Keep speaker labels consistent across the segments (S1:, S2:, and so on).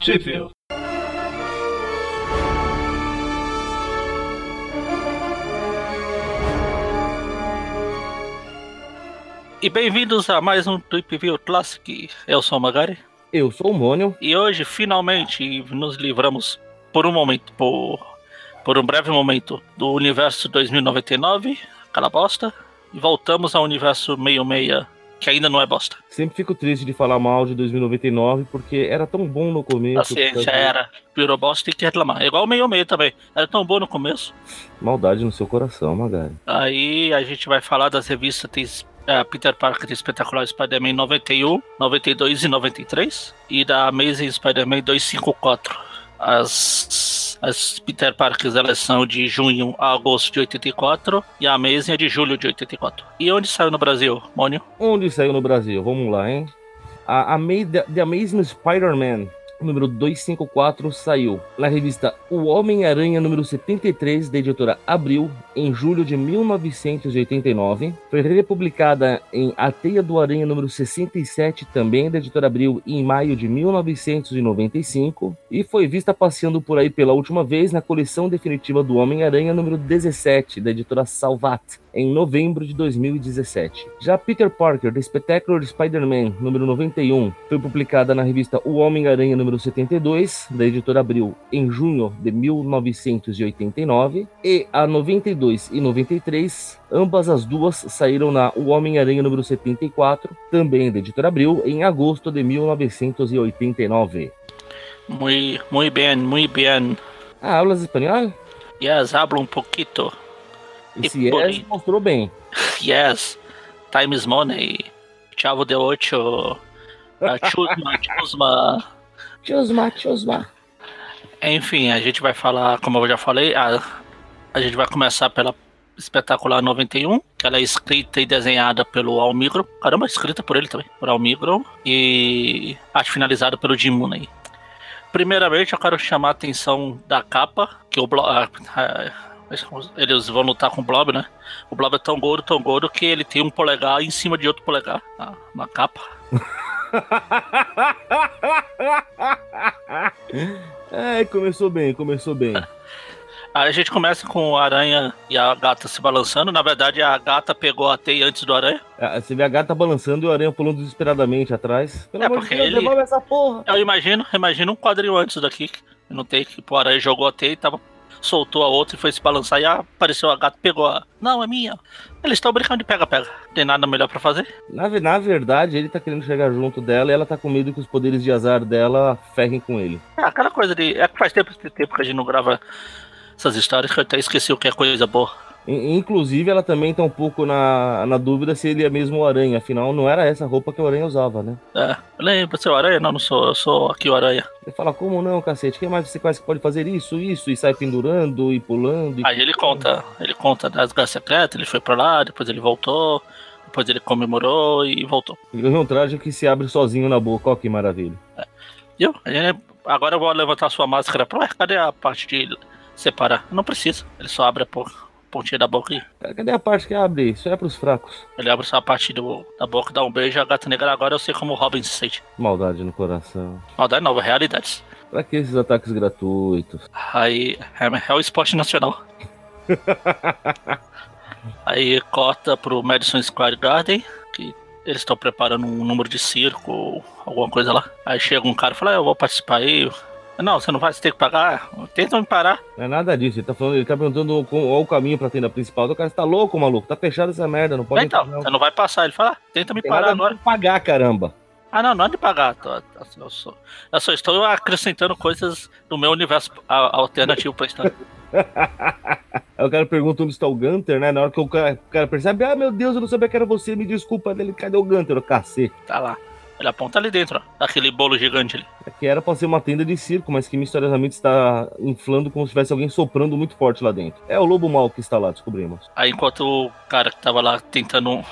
S1: Sheffield. E bem-vindos a mais um Trip View Classic. Eu sou o Magari.
S2: Eu sou o Mônio.
S1: E hoje, finalmente, nos livramos por um momento, por, por um breve momento, do universo 2099, aquela bosta, e voltamos ao universo 66, que ainda não é bosta.
S2: Sempre fico triste de falar mal de 2099, porque era tão bom no começo.
S1: Paciência, Assim,
S2: é.
S1: já era. Virou bosta, tem que reclamar. É igual o 66 também. Era tão bom no começo.
S2: Maldade no seu coração, Magari.
S1: Aí a gente vai falar das revistas tem eh, Peter Parker Espetacular Spider-Man 91, 92 e 93 e da Amazing Spider-Man 254. As, as Peter Parkers elas são de junho a agosto de 84 e a Amazing é de julho de 84. E onde saiu no Brasil, Mônio?
S2: Onde saiu no Brasil? Vamos lá, hein? A, a Ama- The, The Amazing Spider-Man, número 254, saiu na revista O Homem-Aranha, número 73, da editora Abril, em julho de 1989. Foi republicada em A Teia do Aranha, número 67, também da editora Abril, em maio de 1995. E foi vista passeando por aí pela última vez na coleção definitiva do Homem-Aranha, número 17, da editora Salvat, em novembro de 2017. Já Peter Parker, The Spectacular Spider-Man, número 91, foi publicada na revista O Homem-Aranha, número 72, da editora Abril, em junho de 1989, e a 92 e 93, ambas as duas saíram na O Homem-Aranha, número 74, também da editora Abril, em agosto de 1989.
S1: Muy, muy bien, muy bien.
S2: Ah, aulas de espanhol?
S1: Yes, um hablo un poquito.
S2: Esse
S1: Que
S2: yes
S1: bonito.
S2: mostrou bem.
S1: Yes, time is money. Chavo de ocho. Ah, Chusma, chusma.
S2: Chusma, chusma.
S1: Enfim, a gente vai falar, como eu já falei, a, a gente vai começar pela Espetacular 91, que ela é escrita e desenhada pelo Almigro. Caramba, escrita por ele também, por Almigro. E acho finalizada pelo Jim Mooney. Primeiramente, eu quero chamar a atenção da capa, que o Blob. ah, ah, Eles vão lutar com o Blob, né? O Blob é tão gordo, tão gordo, que ele tem um polegar em cima de outro polegar na, na capa.
S2: É, começou bem, começou bem.
S1: Aí a gente começa com a aranha e a gata se balançando. Na verdade, a gata pegou a teia antes do aranha.
S2: Ah, Você vê a gata balançando e o aranha pulando desesperadamente atrás. Pelo
S1: É,
S2: amor de
S1: porque
S2: Deus,
S1: ele-
S2: devolve essa porra!
S1: Eu imagino, eu imagino um quadrinho antes daqui. que Não tem que o aranha jogou a teia e tava, soltou a outra e foi se balançar. E apareceu a gata, pegou a. Não, é minha. Eles estão brincando de pega-pega. Tem nada melhor pra fazer.
S2: Na, ve- na verdade, ele tá querendo chegar junto dela e ela tá com medo que os poderes de azar dela ferrem com ele.
S1: É aquela coisa de. É que faz tempo, tempo que a gente não grava essas histórias que eu até esqueci o que é coisa boa.
S2: In- inclusive, ela também tá um pouco na, na dúvida se ele é mesmo o aranha. Afinal, não era essa roupa que o aranha usava, né?
S1: É. Lembra, seu aranha? Não, não sou. Eu sou aqui o aranha.
S2: Ele fala, como não, cacete? Quem mais você conhece que pode fazer isso, isso? E sai pendurando e pulando. E...
S1: Aí ele conta, ele conta das guerras secretas, ele foi pra lá, depois ele voltou, depois ele comemorou e voltou.
S2: Ele ganhou um traje que se abre sozinho na boca. Ó, que maravilha.
S1: Viu? A gente- Agora eu vou levantar sua máscara pra. Ué, cadê a parte de separar? Não precisa. Ele só abre a po- pontinha da boca e
S2: Cara, Cadê a parte que abre? Isso é pros fracos.
S1: ele abre só a parte do, da boca, dá um beijo, a gata negra agora eu sei como o Robin se sente.
S2: Maldade no coração.
S1: Maldade nova, realidades.
S2: Pra que esses ataques gratuitos?
S1: Aí é, é o esporte nacional. Aí corta pro Madison Square Garden, que eles estão preparando um número de circo ou alguma coisa lá. Aí chega um cara e fala, "Ah, eu vou participar aí. Não, você não vai, você tem que pagar. Tentam me parar.
S2: Não é nada disso, ele tá falando, ele tá perguntando qual qual o caminho pra tenda principal. O cara, você tá louco, maluco? Tá fechada essa merda, não pode
S1: "Ah, então,
S2: entrar, não.
S1: você não vai passar. Ele fala, "Ah, tenta me
S2: Tem
S1: parar
S2: nada
S1: agora.
S2: pra pagar, caramba.
S1: Ah, não, não é de pagar. tô- tô- eu, só, eu só estou acrescentando coisas do meu universo a- alternativo pra história.
S2: Aí o cara pergunta onde está o Gunter, né? Na hora que o cara, o cara percebe, ah, meu Deus, eu não sabia que era você, me desculpa dele, cadê o Gunter? O cacete.
S1: Tá lá. Ele aponta ali dentro, ó, aquele bolo gigante ali.
S2: É Que era pra ser uma tenda de circo, mas que misteriosamente está inflando como se tivesse alguém soprando muito forte lá dentro. É o lobo mal que está lá, descobrimos.
S1: Aí enquanto o cara que tava lá tentando.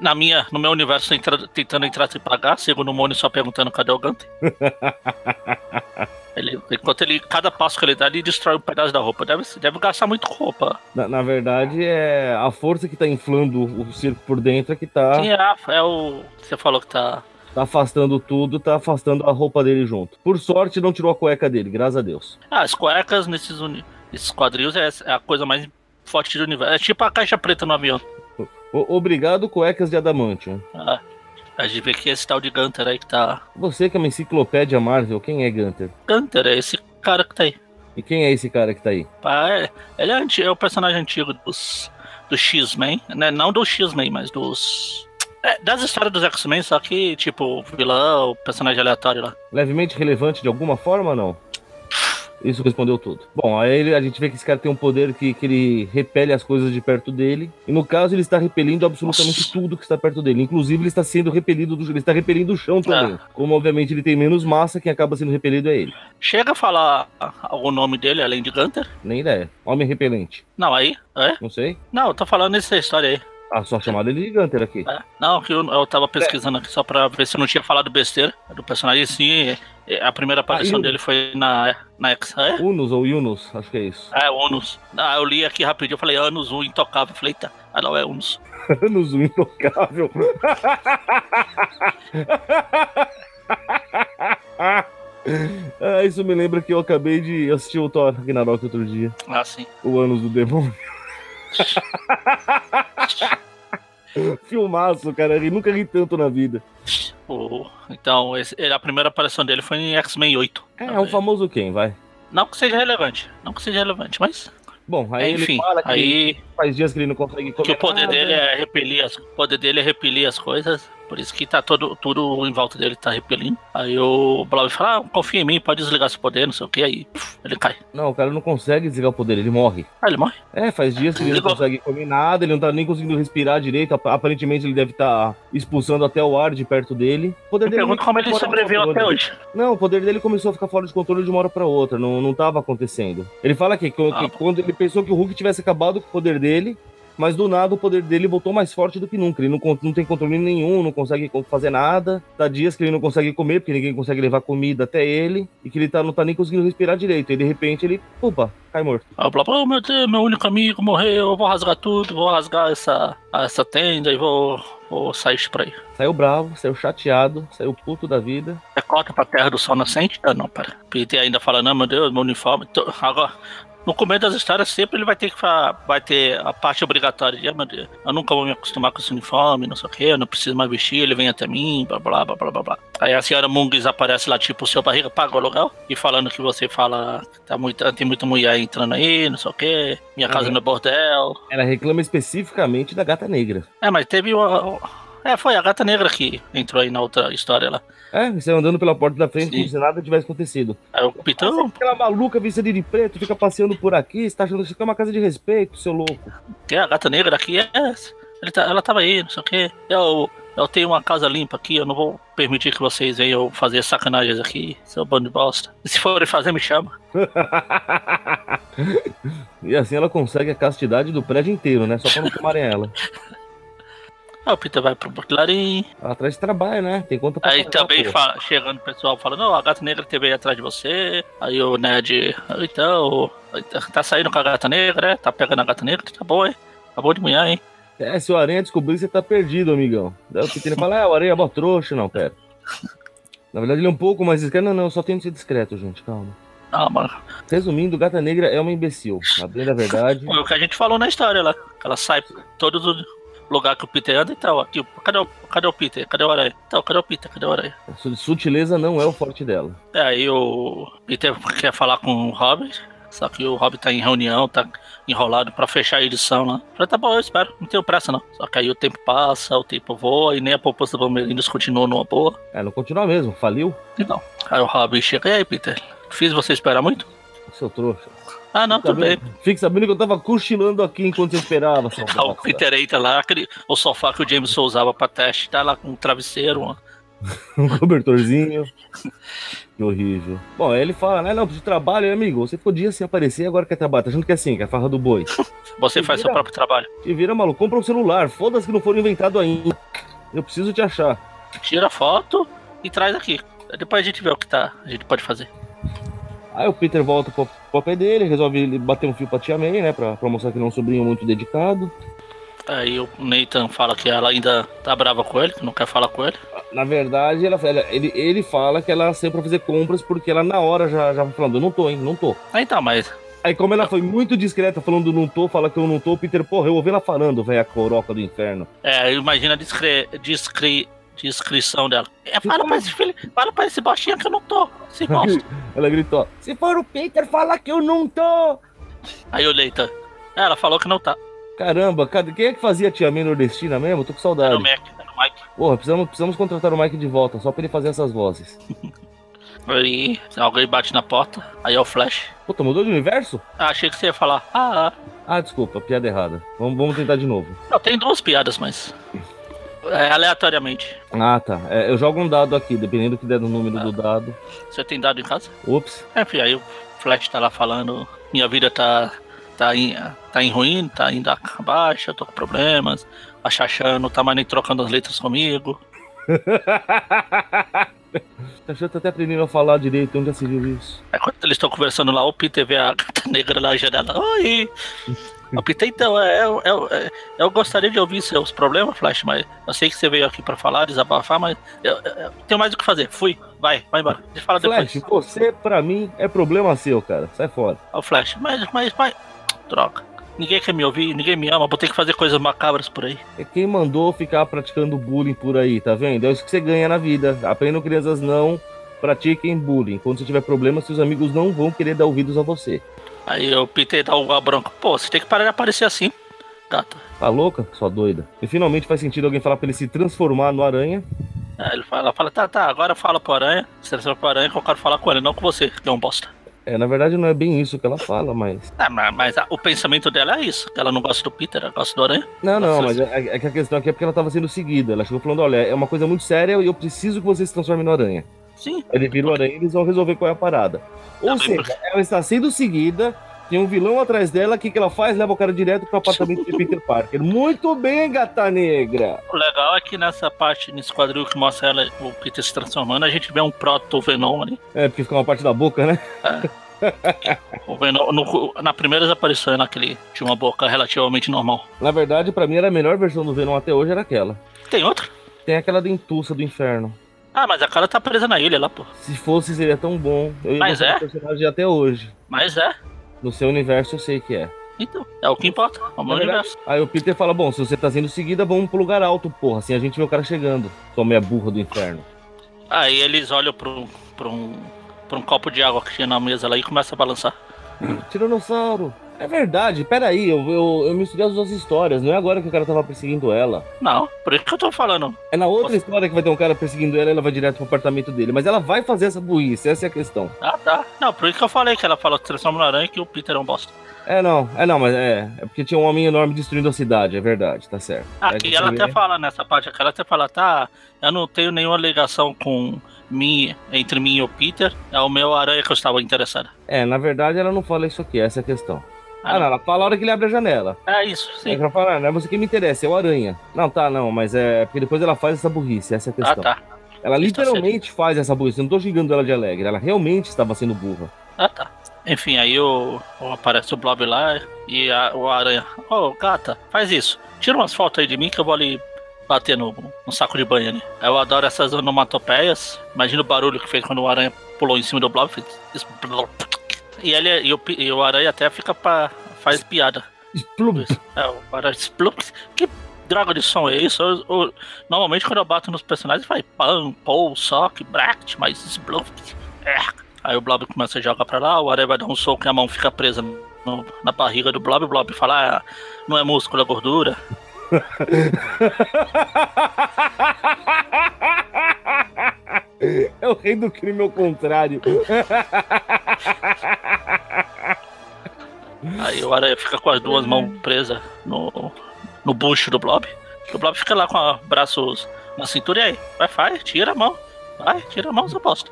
S1: Na minha, no meu universo entra- tentando entrar sem pagar, segundo o Mônio só perguntando cadê o Gunter. Ele- enquanto ele, cada passo que ele dá, ele destrói um pedaço da roupa. Deve, deve gastar muito com roupa.
S2: Na, na verdade, é a força que tá inflando o circo por dentro é que tá.
S1: Sim, é, a- é o. Você falou que tá.
S2: Tá afastando tudo, tá afastando a roupa dele junto. Por sorte, não tirou a cueca dele, graças a Deus.
S1: Ah, as cuecas nesses, uni- nesses quadrinhos é é a coisa mais forte do universo. É tipo a caixa preta no avião.
S2: O- obrigado, cuecas de adamantium.
S1: Ah, a gente vê que esse tal de Gunter aí que tá.
S2: Você que é uma enciclopédia Marvel, quem é Gunter?
S1: Gunter é esse cara que tá aí.
S2: E quem é esse cara que tá aí?
S1: Pá, é- Ele é, anti- é o personagem antigo dos, do X-Men, né? Não do X-Men, mas dos. é, das histórias dos X-Men, só que, tipo, vilão, personagem aleatório lá.
S2: Levemente relevante de alguma forma ou não? Isso respondeu tudo. Bom, aí ele- a gente vê que esse cara tem um poder que, que ele repele as coisas de perto dele. E no caso, ele está repelindo absolutamente
S1: Nossa.
S2: tudo que está perto dele. Inclusive, ele está sendo repelido do ele está repelindo o chão também. Como obviamente ele tem menos massa, quem acaba sendo repelido é ele.
S1: Chega a falar algum nome dele além de Gunter?
S2: Nem ideia. Homem repelente.
S1: Não, aí? É?
S2: Não sei.
S1: Não, eu tô falando essa história aí.
S2: Ah, só chamada ele de Gunter aqui.
S1: É, Não, que eu, eu tava pesquisando aqui só pra ver se eu não tinha falado besteira do personagem. Sim, é, a primeira aparição
S2: Ah, e o-
S1: dele foi na, na X. É?
S2: Unus ou Yunus, acho que é isso.
S1: Ah, é Onus. Ah, eu li aqui rapidinho, eu falei Anos 1 intocável. Eu Falei, tá. Ah, não, é Onus.
S2: Anos o intocável. ah, isso me lembra que eu acabei de assistir o Thor Ragnarok outro dia.
S1: Ah, sim.
S2: O Anos do Demônio. Filmaço, cara. Eu nunca ri tanto na vida.
S1: O- então, esse- ele- a primeira aparição dele foi em X-Men 8.
S2: É, é um famoso quem, vai.
S1: Não que seja relevante, não que seja relevante, mas
S2: Bom, aí
S1: enfim,
S2: ele né? fala que
S1: aí
S2: faz dias que ele não consegue comer
S1: que o poder
S2: nada.
S1: dele é repelir as, o poder dele é repelir as coisas, por isso que tá todo tudo em volta dele tá repelindo. Aí o Blau fala: ah, "Confia em mim, pode desligar esse poder, não sei o que". Aí puf, ele cai.
S2: Não, o cara não consegue desligar o poder, ele morre.
S1: Aí ele morre.
S2: É, faz dias que ele não
S1: Ligou.
S2: consegue comer nada, ele não tá nem conseguindo respirar direito. ap- Aparentemente ele deve estar expulsando até o ar de perto dele. O poder
S1: Eu pergunto como ele
S2: ficou fora de
S1: sobreviveu
S2: controle.
S1: até hoje.
S2: Não, o poder dele começou a ficar fora de controle de uma hora pra outra, não, não tava acontecendo. Ele fala que, que-
S1: Ah.
S2: que quando ele pensou que o Hulk tivesse acabado com o poder dele, mas do nada o poder dele voltou mais forte do que nunca. Ele não, con- não tem controle nenhum, não consegue co- fazer nada. Tá dias que ele não consegue comer, porque ninguém consegue levar comida até ele, e que ele tá, não tá nem conseguindo respirar direito. E de repente ele, opa, cai morto.
S1: Aí o Blau fala: oh, "Meu Deus, meu único amigo morreu, eu vou rasgar tudo, vou rasgar essa essa tenda e vou vou sair por aí".
S2: Saiu bravo, saiu chateado, saiu puto da vida.
S1: Recorta pra terra do sol nascente? Ah, não, para. Peter ainda fala, não, meu Deus, meu uniforme. tô- Agora, no começo das histórias, sempre ele vai ter que fa... vai ter a parte obrigatória de, ah, meu Deus, eu nunca vou me acostumar com esse uniforme, não sei o que, eu não preciso mais vestir, ele vem até mim, blá, blá, blá, blá, blá, blá. Aí a senhora Mungues aparece lá, tipo, o seu barriga paga o aluguel, e falando que você fala, que tá muita, tem muita mulher entrando aí, não sei o que, minha casa
S2: Uhum.
S1: não é bordel.
S2: Ela reclama especificamente da gata negra.
S1: É, mas teve uma... É, foi a gata negra que entrou aí na outra história lá.
S2: É, você andando pela porta da frente
S1: Sim. Então?
S2: como se nada tivesse acontecido.
S1: Aí o
S2: Você é
S1: Pitão,
S2: aquela maluca vestida de preto, fica passeando por aqui, você tá achando que isso aqui é uma casa de respeito, seu louco.
S1: Tem a gata negra aqui, é. Ele tá- ela tava aí, não sei o quê. Eu, eu tenho uma casa limpa aqui, eu não vou permitir que vocês venham fazer sacanagens aqui, seu bando de bosta. E se forem fazer, me chama.
S2: e assim ela consegue a castidade do prédio inteiro, né? Só pra não tomarem ela.
S1: Aí Ah, o Peter vai pro Clarim.
S2: Ela traz trabalho, né? Tem conta pra
S1: Aí
S2: pagar,
S1: também
S2: pô.
S1: fala, chegando o pessoal falando, não, a gata negra teve aí atrás de você. Aí o Ned, "Ah, então, tá saindo com a gata negra, né? Tá pegando a gata negra, tá bom, hein? Tá bom de manhã, hein?
S2: É, se o Aranha descobrir, você tá perdido, amigão. Daí o Peter fala, ah, o Aranha é mó trouxa. Não, pera. Na verdade ele é um pouco mais discreto. Não, não, eu só tenho que ser discreto, gente, calma.
S1: Ah, mano.
S2: Resumindo, Gata Negra é uma imbecil. Na bem da verdade.
S1: Foi o que a gente falou na história lá. Ela sai todo lugar que o Peter anda e tal. Aqui, cadê o, cadê o Peter? Cadê o Aranha? Então, cadê o Peter? Cadê o Aranha?
S2: su- Sutileza não é o forte dela.
S1: É, aí o Peter quer falar com o Robin, só que o Robin tá em reunião, tá enrolado pra fechar a edição lá. Falei, tá bom, eu espero, não tenho pressa não. Só que aí o tempo passa, o tempo voa e nem a poupança do Palmeirinhos continua numa boa.
S2: É, não continua mesmo, faliu,
S1: Então, aí o Robin chega, e aí, Peter? Fiz você esperar muito?
S2: seu trouxa.
S1: Ah, não, tudo bem.
S2: Fique sabendo que eu tava cochilando aqui enquanto você esperava, seu
S1: Tá, o
S2: bosta.
S1: Peter eita lá, aquele, o sofá que o Jameson usava pra teste, tá lá com um travesseiro, uma,
S2: Um cobertorzinho. Que horrível. Bom, aí ele fala, né? Não, preciso de trabalho, hein, amigo. Você podia se aparecer agora quer trabalhar. Tá achando que é assim, que é a farra do boi.
S1: Você faz seu
S2: Vira.
S1: próprio trabalho.
S2: Te vira, maluco. Compra um celular. Foda-se que não foram inventado ainda. Eu preciso te achar.
S1: Tira a foto e traz aqui. Depois a gente vê o que tá, a gente pode fazer.
S2: Aí o Peter volta pro, pro pé dele, resolve bater um fio pra Tia May, né? Pra, pra mostrar que ele é um sobrinho muito dedicado.
S1: Aí o Nathan fala que ela ainda tá brava com ele, que não quer falar com ele.
S2: na verdade, ela, ela- ele, ele fala que ela saiu pra fazer compras porque ela na hora já, já falando, eu não tô, hein, não tô.
S1: Ah, então, mas.
S2: Aí como ela foi muito discreta falando não tô, fala que eu não tô, o Peter, porra, eu ouvi ela falando, velho, a coroca do inferno.
S1: É, imagina a discre... Discre... descrição dela. É, fala pra esse filho, fala pra esse baixinho que eu não tô. Esse monstro.
S2: Ela gritou, se for o Peter, fala que eu não tô.
S1: Aí eu olhei, tá? Ela falou que não tá.
S2: Caramba, cadê- quem é que fazia a Tia May nordestina mesmo? Tô com
S1: Era o
S2: saudade.
S1: Mac, era o Mike.
S2: Porra, precisamos, precisamos contratar o Mike de volta, só pra ele fazer essas vozes.
S1: Aí alguém bate na porta, aí é o Flash.
S2: Puta, mudou de universo?
S1: Ah, achei que você ia falar. Ah, ah.
S2: Ah, desculpa, piada errada. Vamos, vamos tentar de novo.
S1: Não, tem duas piadas, mas. É aleatoriamente.
S2: Ah, tá. É, eu jogo um dado aqui, dependendo do que der no número do dado.
S1: Você tem dado em casa?
S2: Ops.
S1: Enfim, É, aí o Flash tá lá falando, minha vida tá, tá, em, tá em ruim, tá indo abaixo, eu tô com problemas, a Xaxã não tá mais nem trocando as letras comigo.
S2: Achei que tá até aprendendo a falar direito, onde já se viu isso?
S1: Aí quando eles estão conversando lá, o Peter vê a gata negra na janela, oi! O Peter, então, é, é- é- é- eu gostaria de ouvir seus problemas, Flash, mas eu sei que você veio aqui pra falar, desabafar, mas eu, eu- eu tenho mais o que fazer. Fui, vai, vai embora. A gente fala Ah, depois.
S2: Flash, você pra mim é problema seu, cara. Sai fora.
S1: Aí o Flash, mas, mas, mas, droga. Ninguém quer me ouvir, ninguém me ama, vou ter que fazer coisas macabras por aí.
S2: É quem mandou ficar praticando bullying por aí, tá vendo? É isso que você ganha na vida. Aprendam crianças não pratiquem bullying. Quando você tiver problema, seus amigos não vão querer dar ouvidos a você.
S1: Aí o Peter dá uma bronca. Pô, você tem que parar de aparecer assim, gata.
S2: Tá louca? Sua doida. E finalmente faz sentido alguém falar pra ele se transformar no aranha.
S1: Aí ele fala, fala, tá, tá, agora fala pro Aranha. Se transforma pro Aranha que eu quero falar com ele, não com você, que é um bosta.
S2: É, na verdade não é bem isso que ela fala, mas.
S1: Ah, ma- mas, a- o pensamento dela é isso, que ela não gosta do Peter, ela gosta do Aranha.
S2: Não, não, mas
S1: Nossa.
S2: é, é que a questão aqui é porque ela tava sendo seguida. Ela chegou falando: olha, é uma coisa muito séria e eu preciso que você se transforme no aranha.
S1: Sim.
S2: Aí ele vira o aranha e eles vão resolver qual é a parada. Ou
S1: Não,
S2: seja,
S1: mas-
S2: ela está sendo seguida, tem um vilão atrás dela, o que, que ela faz? Leva o cara direto pro apartamento de Peter Parker. Muito bem, gata negra!
S1: O legal é que nessa parte, nesse quadril que mostra ela, o Peter se transformando, a gente vê um proto-Venom ali.
S2: É, porque fica uma parte da boca, né?
S1: O Venom, no- na primeira aparição, naquele, tinha uma boca relativamente normal.
S2: Na verdade, pra mim, era a melhor versão do Venom até hoje era aquela.
S1: Tem outra?
S2: Tem aquela dentuça do inferno.
S1: Ah, mas a cara tá presa na ilha lá, pô.
S2: Se fosse, seria tão bom. Eu ia
S1: Mas
S2: gostar
S1: é?
S2: do personagem até hoje.
S1: Mas é,
S2: No seu universo, eu sei que é.
S1: então, é o que importa, é o meu
S2: Na verdade-
S1: universo.
S2: Aí o Peter fala: Bom, se você tá sendo seguida, vamos pro lugar alto, porra. Assim a gente vê o cara chegando. Sua meia burra do inferno.
S1: Aí eles olham pra um, pra um, pra um copo de água que tinha na mesa lá e começa a balançar.
S2: Tiranossauro. É verdade, peraí, eu, eu, eu misturei as duas histórias. Não é agora que o cara tava perseguindo ela.
S1: Não, por isso que eu tô falando.
S2: É na outra história que vai ter um cara perseguindo ela e ela vai direto pro apartamento dele. Mas ela vai fazer essa burrice, essa é a questão.
S1: Ah, tá. Não, por isso que eu falei que ela falou que transforma no aranha e que o Peter é um bosta.
S2: É não, é não, mas é. É porque tinha um homem enorme destruindo a cidade, é verdade, tá certo. Aí a
S1: Aqui
S2: gente
S1: Ah, ela
S2: vê-
S1: até fala nessa parte aqui, ela até fala, tá, eu não tenho nenhuma ligação com mim, entre mim e o Peter, é o meu aranha que eu estava interessado.
S2: É, na verdade ela não fala isso aqui, essa é a questão.
S1: Ah,
S2: Ah, não, ela fala a hora que ele abre a janela.
S1: É isso,
S2: Aí
S1: sim.
S2: ela fala, ah, não é você que me interessa, é o Aranha. Não, tá, não, mas é. Porque depois ela faz essa burrice, essa é a
S1: Ah,
S2: questão.
S1: tá.
S2: Ela
S1: Está
S2: literalmente faz essa burrice. Eu não tô xingando ela de alegre. Ela realmente estava sendo burra.
S1: Ah, tá. Enfim, aí o, o- aparece o Blob lá e a- o Aranha. Ô, gata, faz isso. Tira umas fotos aí de mim que eu vou ali bater no, no saco de banho ali. Eu adoro essas onomatopeias. Imagina o barulho que fez quando o Aranha pulou em cima do Blob. Fez... isso, blop. E, ele, e, o, pi- e o Aranha até fica pra... faz piada. com
S2: Plum.
S1: isso. É, o Aranha explode. Que droga de som é isso? Eu- eu- normalmente quando eu bato nos personagens vai pan, pou, sock, bract, mas explode. Aí o Blob começa a jogar pra lá, o Aranha vai dar um soco e a mão fica presa no- na barriga do Blob. O Blob fala, ah, não é músculo, é gordura.
S2: É o rei do crime ao contrário.
S1: Aí o Aranha fica com as duas mãos presas no, no bucho do Blob. O Blob fica lá com os braços na cintura e aí, vai, vai, tira a mão. Vai, tira a mão, seu bosta.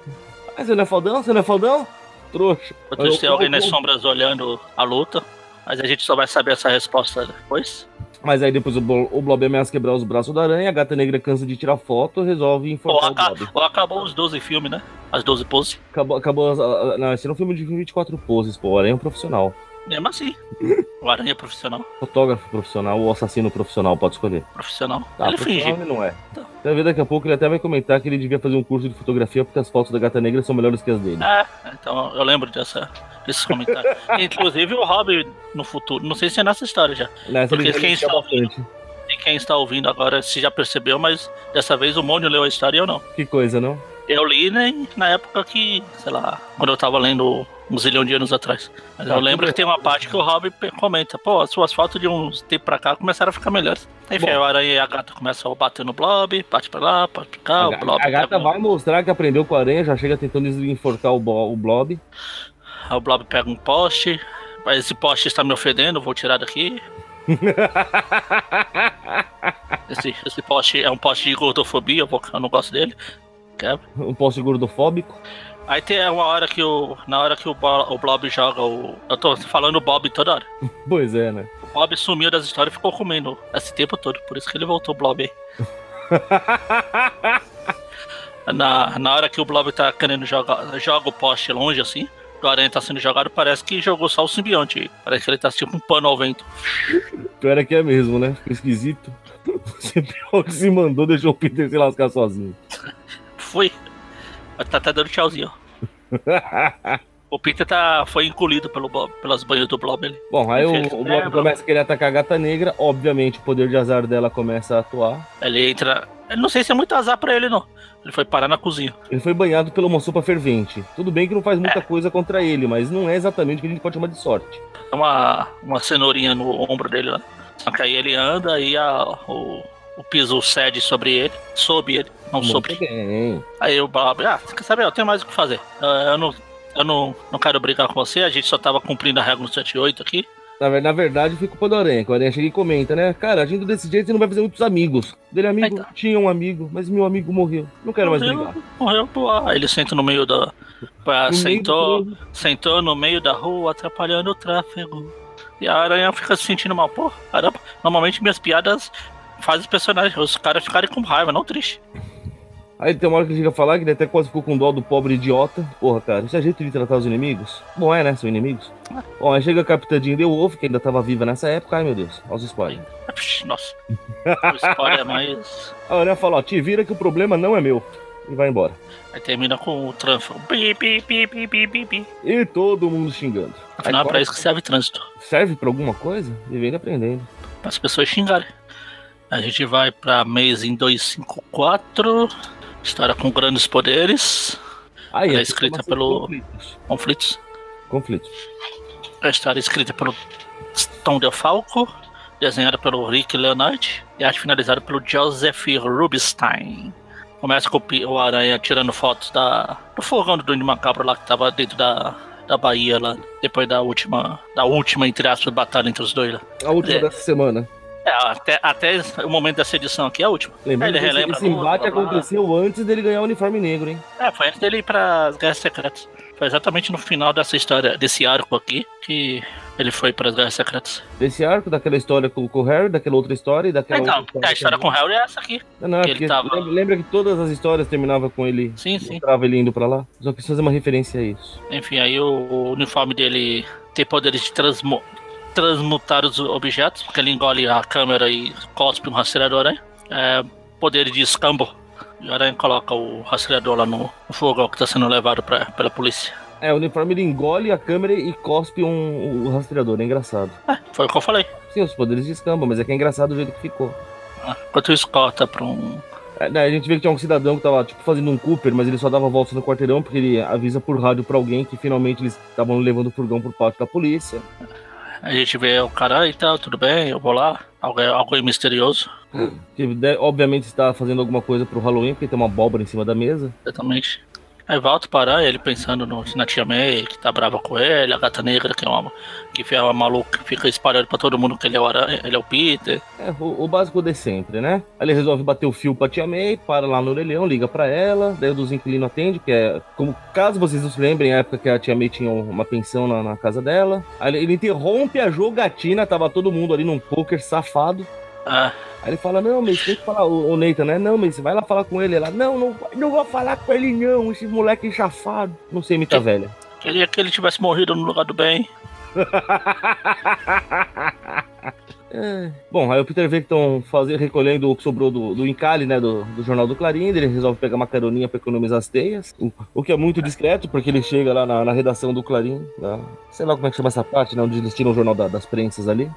S2: Mas você não é fodão? Você não é fodão? Trouxa.
S1: Enquanto isso, tem alguém nas
S2: Eu-
S1: sombras olhando a luta. Mas a gente só vai saber essa resposta depois.
S2: Mas aí depois o, Blo- o Blob ameaça quebrar os braços da aranha, a gata negra cansa de tirar foto, resolve
S1: Ou,
S2: enforcar o
S1: aca-
S2: Blob.
S1: ou acabou os 12 filmes, né? As 12 poses.
S2: Acabou, acabou as- a- a- Não, esse era um filme de 24 poses, pô. O aranha é um profissional.
S1: Mesmo assim. O Aranha é profissional.
S2: Fotógrafo profissional ou assassino profissional, pode escolher.
S1: Profissional.
S2: Tá,
S1: Ele
S2: profissional
S1: finge.
S2: ele não é. Você vai ver daqui a pouco ele até vai comentar que ele devia fazer um curso de fotografia porque as fotos da gata negra são melhores que as dele.
S1: Ah, então eu lembro dessa, desses comentários. Inclusive o Rob no futuro, não sei se é nessa história já.
S2: Nessa
S1: porque
S2: ele
S1: quem
S2: quer
S1: está ouvindo? E quem está ouvindo agora se já percebeu, mas dessa vez o Mônio leu a história e eu não.
S2: Que coisa, não?
S1: Eu li né, na época que, sei lá, quando eu tava lendo um zilhão de anos atrás. Mas
S2: Tá,
S1: eu lembro
S2: tudo
S1: que tem uma parte que o Rob pe- comenta, pô, as suas fotos de uns tempos pra cá começaram a ficar melhores. Enfim,
S2: Bom.
S1: a aranha e a gata começam a bater no blob, bate pra lá, bate pra cá,
S2: a,
S1: o blob.
S2: a gata
S1: pega um-
S2: vai mostrar que aprendeu com a aranha, já chega tentando enforcar o, bo- o blob.
S1: Aí o Blob pega um poste. Mas Esse poste está me ofendendo, vou tirar daqui. Esse, esse poste é um poste de gordofobia, eu, vou- eu não gosto dele. Quebra.
S2: um poste gordofóbico.
S1: Aí tem uma hora que o. Na hora que o, Bo- o Blob joga o. Eu tô falando Bob toda hora.
S2: Pois é, né?
S1: O Bob sumiu das histórias e ficou comendo esse tempo todo, por isso que ele voltou o Blob aí. Na, na hora que o Blob tá querendo jogar. Joga o poste longe assim. O aranha tá sendo jogado, parece que jogou só o simbionte. Parece que ele tá tipo um pano ao vento.
S2: Pior é que é mesmo, né? Ficou esquisito. O pior que se mandou deixou o Peter se lascar sozinho.
S1: Foi. Tá até dando tchauzinho. ó. O Peter tá, foi engolido pelo Bob, pelas banhas do Blob ali.
S2: Bom, aí o,
S1: Vocês
S2: o Blob
S1: lembram?
S2: começa a querer atacar a gata negra. Obviamente, o poder de azar dela começa a atuar.
S1: Ele entra. Eu não sei se é muito azar pra ele, não. Ele foi parar na cozinha.
S2: Ele foi banhado pela uma sopa fervente. Tudo bem que não faz
S1: É.
S2: muita coisa contra ele, mas não é exatamente o que a gente pode chamar de sorte.
S1: Tem uma, uma cenourinha no ombro dele lá. Só que aí ele anda e a, o, o piso cede sobre ele. Sob ele, não sobre.
S2: Muito é bem.
S1: Aí o Bob, ah, quer saber? Eu tenho mais o que fazer. Ah, Eu não, eu não, não quero brigar com você, a gente só tava cumprindo a regra no 78 aqui.
S2: Na, ver- na verdade, fica culpa do Aranha. que O Aranha chega e comenta, né? Cara, agindo desse jeito, você não vai fazer muitos amigos. Dele amigo,
S1: Então.
S2: tinha um amigo, mas meu amigo morreu. Não quero mais
S1: Morreu,
S2: brigar.
S1: Morreu, pô. Ah, ele senta no meio da. pra-
S2: No meio
S1: sentou,
S2: do-
S1: sentou no meio da rua, atrapalhando o tráfego. E a aranha fica se sentindo mal. Pô, caramba, normalmente minhas piadas fazem os personagens, os caras ficarem com raiva, não triste.
S2: Aí tem uma hora que ele chega a falar que ele até quase ficou com dó do pobre idiota. Porra, cara, isso é jeito de tratar os inimigos? Bom, é, né? São inimigos. Bom, aí chega a capitadinha de Wolf, que ainda tava viva nessa época. Ai, meu Deus, olha os spoilers.
S1: Ah, psh, Nossa. O spoiler é mais.
S2: A Aranha fala, ó, te vira que o problema não é meu. E vai embora.
S1: Aí termina com o trânsito. Bi, bi, bi, bi, bi, bi, bi.
S2: E todo mundo xingando.
S1: Afinal, é
S2: Aí,
S1: pra isso que serve trânsito.
S2: Serve pra alguma coisa? E vem aprendendo.
S1: Para as pessoas xingarem. A gente vai pra mês em 254. História com grandes poderes.
S2: Aí,
S1: Ela é
S2: aqui
S1: escrita
S2: começa
S1: pelo-
S2: Conflitos.
S1: Conflitos.
S2: conflitos.
S1: A história é escrita pelo Tom DeFalco, desenhada pelo Rick Leonard e arte finalizada pelo Joseph Rubinstein. Começa com o pi- o Aranha tirando fotos da, do fogão do Duende Macabro lá que tava dentro da, da Bahia lá, depois da última, da última, entre aspas, batalha entre os dois lá.
S2: A última
S1: É.
S2: dessa semana.
S1: É, até, até o momento dessa edição aqui é a última.
S2: Lembrando
S1: Ele
S2: que esse,
S1: relembra
S2: esse
S1: tudo,
S2: embate
S1: blá, blá, blá.
S2: aconteceu antes dele ganhar o uniforme negro, hein?
S1: É, foi antes dele ir para as Guerras Secretas. Foi exatamente no final dessa história, desse arco aqui, que ele foi para as Guerras Secretas.
S2: Desse arco, daquela história com, com o Harry, daquela outra história e daquela
S1: Então,
S2: outra
S1: a história com o Harry é essa aqui.
S2: Não, não, é
S1: Que ele
S2: porque
S1: tava-
S2: lembra, lembra que todas as histórias terminavam com ele,
S1: Sim, sim.
S2: mostrava ele indo pra lá? Só quis fazer uma referência a isso.
S1: Enfim, aí o, o uniforme dele tem poderes de transmo- transmutar os objetos, porque ele engole a câmera e cospe um rastreador, né? É, poder de escambo. E o aranha coloca o rastreador lá no, no fogão que tá sendo levado pra, pela polícia.
S2: É, o uniforme ele engole a câmera e cospe um, o rastreador, é engraçado.
S1: Foi o que eu falei.
S2: Sim, os poderes de escambo, mas é que é engraçado o jeito que ficou.
S1: Ah, Enquanto isso corta pra um.
S2: É, né, a gente vê que tinha um cidadão que tava, tipo, fazendo um Cooper, mas ele só dava volta no quarteirão porque ele avisa por rádio pra alguém que finalmente eles estavam levando o furgão pro pátio da polícia.
S1: A gente vê o cara e tal, tudo bem, eu vou lá. Alguém, alguém misterioso,
S2: Que de- obviamente está fazendo alguma coisa pro Halloween, porque tem uma abóbora em cima da mesa.
S1: exatamente. Aí volta para aranha, ele pensando no, na tia May, que tá brava com ele, a gata negra, que é uma, que é uma maluca, que fica espalhando pra todo mundo que ele é o aranha, ele é o Peter.
S2: É, o, o básico de sempre, né? Aí ele resolve bater o fio pra tia May, para lá no orelhão, liga pra ela, daí o dos inquilinos atende, que é, como caso vocês não se lembrem, é a época que a tia May tinha uma pensão na, na casa dela. Aí ele, ele interrompe a jogatina, tava todo mundo ali num poker safado.
S1: Ah,
S2: Aí ele fala, não, mas tem que falar, o, o Nathan, né? Não, mas vai lá falar com ele. Ela, não, não, não vou falar com ele não, esse moleque chafado. Não sei, imita a velha.
S1: queria que ele tivesse morrido no lugar do bem.
S2: É. Bom, aí o Peter vê que estão faze- recolhendo o que sobrou do, do encalhe, né, do, do jornal do Clarim, ele resolve pegar uma caroninha pra economizar as teias, o, o que é muito discreto, porque ele chega lá na, na redação do Clarim, na- sei lá como é que chama essa parte, né, onde eles tiram o jornal da- das prensas ali,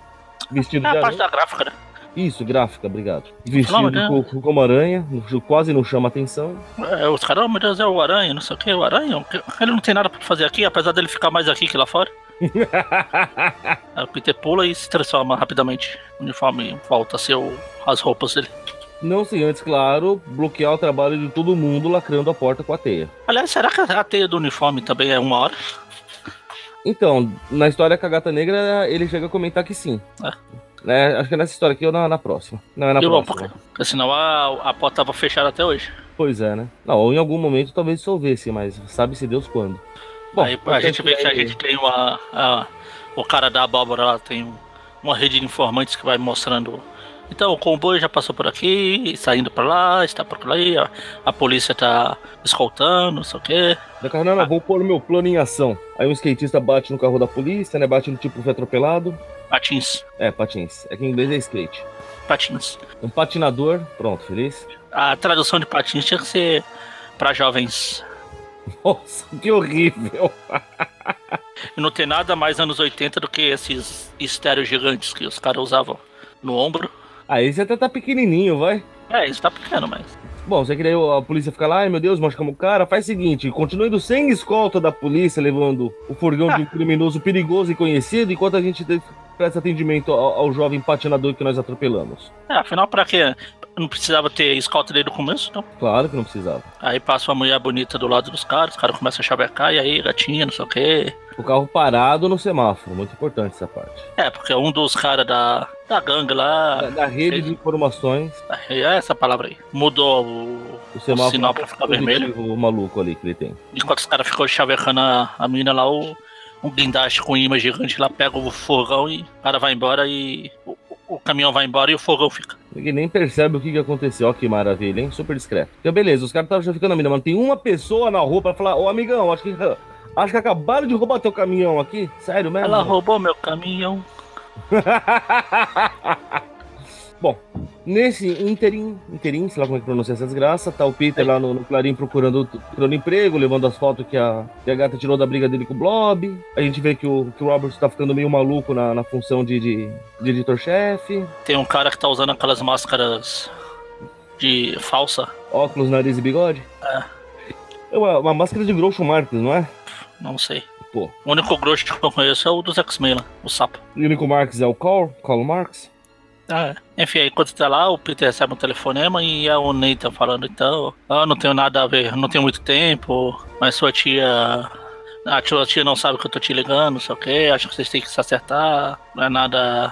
S2: vestido
S1: É
S2: de
S1: a
S2: aranha.
S1: parte da gráfica, né?
S2: Isso, gráfica, obrigado. Vestido
S1: né?
S2: co- co- como aranha, no- quase não chama atenção.
S1: É, os caras, oh, meu Deus, é o Aranha, não sei o que, o Aranha. o quê? Ele não tem nada pra fazer aqui, apesar dele ficar mais aqui que lá fora. Aí o Peter pula e se transforma rapidamente. O uniforme volta a ser o- as roupas dele.
S2: não sem antes, claro, bloquear o trabalho de todo mundo lacrando a porta com a teia.
S1: Aliás, será que a teia do uniforme também é uma hora?
S2: Então, na história com a Gata Negra, ele chega a comentar que sim.
S1: Ah.
S2: Né, acho que é nessa história aqui ou na, na próxima. Não, é na
S1: Eu vou,
S2: próxima.
S1: porque, porque senão a, a porta tava fechada até hoje.
S2: Pois é, né? Não, ou em algum momento talvez dissolvesse, mas sabe-se Deus quando. Bom,
S1: Aí a gente vê que a
S2: aí-
S1: gente tem uma. a- o cara da abóbora lá tem um- uma rede de informantes que vai mostrando. Então o comboio já passou por aqui, está indo pra lá, está por ali, a, a polícia tá escoltando, não sei o quê.
S2: Da Carnana,
S1: Ah.
S2: vou pôr o meu plano em ação. Aí um skatista bate no carro da polícia, né? Bate no tipo foi atropelado.
S1: Patins.
S2: É, patins. É que em inglês é skate.
S1: Patins.
S2: Um patinador, pronto, feliz.
S1: A tradução de patins tinha que ser pra jovens.
S2: Nossa, que horrível.
S1: E não tem nada mais anos 80 do que esses estéreos gigantes que os caras usavam no ombro.
S2: Ah, esse até tá pequenininho, vai.
S1: É, isso tá pequeno, mas.
S2: Bom, você que daí a polícia fica lá, ai meu Deus, machucamos o cara. Faz o seguinte, continua indo sem escolta da polícia, levando o furgão
S1: Ah.
S2: de um criminoso perigoso e conhecido, enquanto a gente de- presta atendimento ao, ao jovem patinador que nós atropelamos.
S1: É, afinal, pra quê? Não precisava ter escolta desde o começo, então.
S2: Claro que não precisava.
S1: Aí passa uma mulher bonita do lado dos caras, os caras começam a chavecar, e aí, gatinha, não sei o quê.
S2: O carro parado no semáforo, muito importante essa parte.
S1: É, porque um dos caras da, da gangue lá,
S2: Da, da rede de informações,
S1: é essa palavra aí, mudou o,
S2: o
S1: o
S2: semáforo
S1: sinal pra ficar vermelho.
S2: o maluco ali que ele tem.
S1: Enquanto os caras ficam chavecando a, a menina lá, o, um guindaste com imã gigante lá pega o fogão e o cara vai embora e o, o caminhão vai embora e o fogão fica.
S2: Ninguém nem percebe o que, que aconteceu. Ó, que maravilha, hein? Super discreto. Então, beleza, os caras estavam já ficando na mina, mano. Tem uma pessoa na rua pra falar, ô amigão, acho que. Acho que acabaram de roubar teu caminhão aqui. Sério mesmo?
S1: Ela roubou meu caminhão.
S2: Bom, nesse interim, interim, sei lá como é que pronuncia essa desgraça, tá o Peter lá no, no Clarim procurando, procurando emprego, levando as fotos que a, que a gata tirou da briga dele com o Blob. A gente vê que o, que o Robert tá ficando meio maluco na, na função de, de, de editor-chefe.
S1: Tem um cara que tá usando aquelas máscaras de falsa.
S2: Óculos, nariz e bigode.
S1: É.
S2: É uma, uma máscara de Groucho Marx, não é?
S1: Não sei.
S2: Pô.
S1: O único grosso que eu conheço é o dos X-Men lá, o sapo.
S2: O único Marx é o Karl, Karl Marx.
S1: Ah, é. Enfim, aí quando tá lá, o Peter recebe um telefonema e é o Nathan falando, então, ah, não tenho nada a ver, não tenho muito tempo, mas sua tia. A sua tia não sabe que eu tô te ligando, não sei o quê, acho que vocês têm que se acertar, não é nada.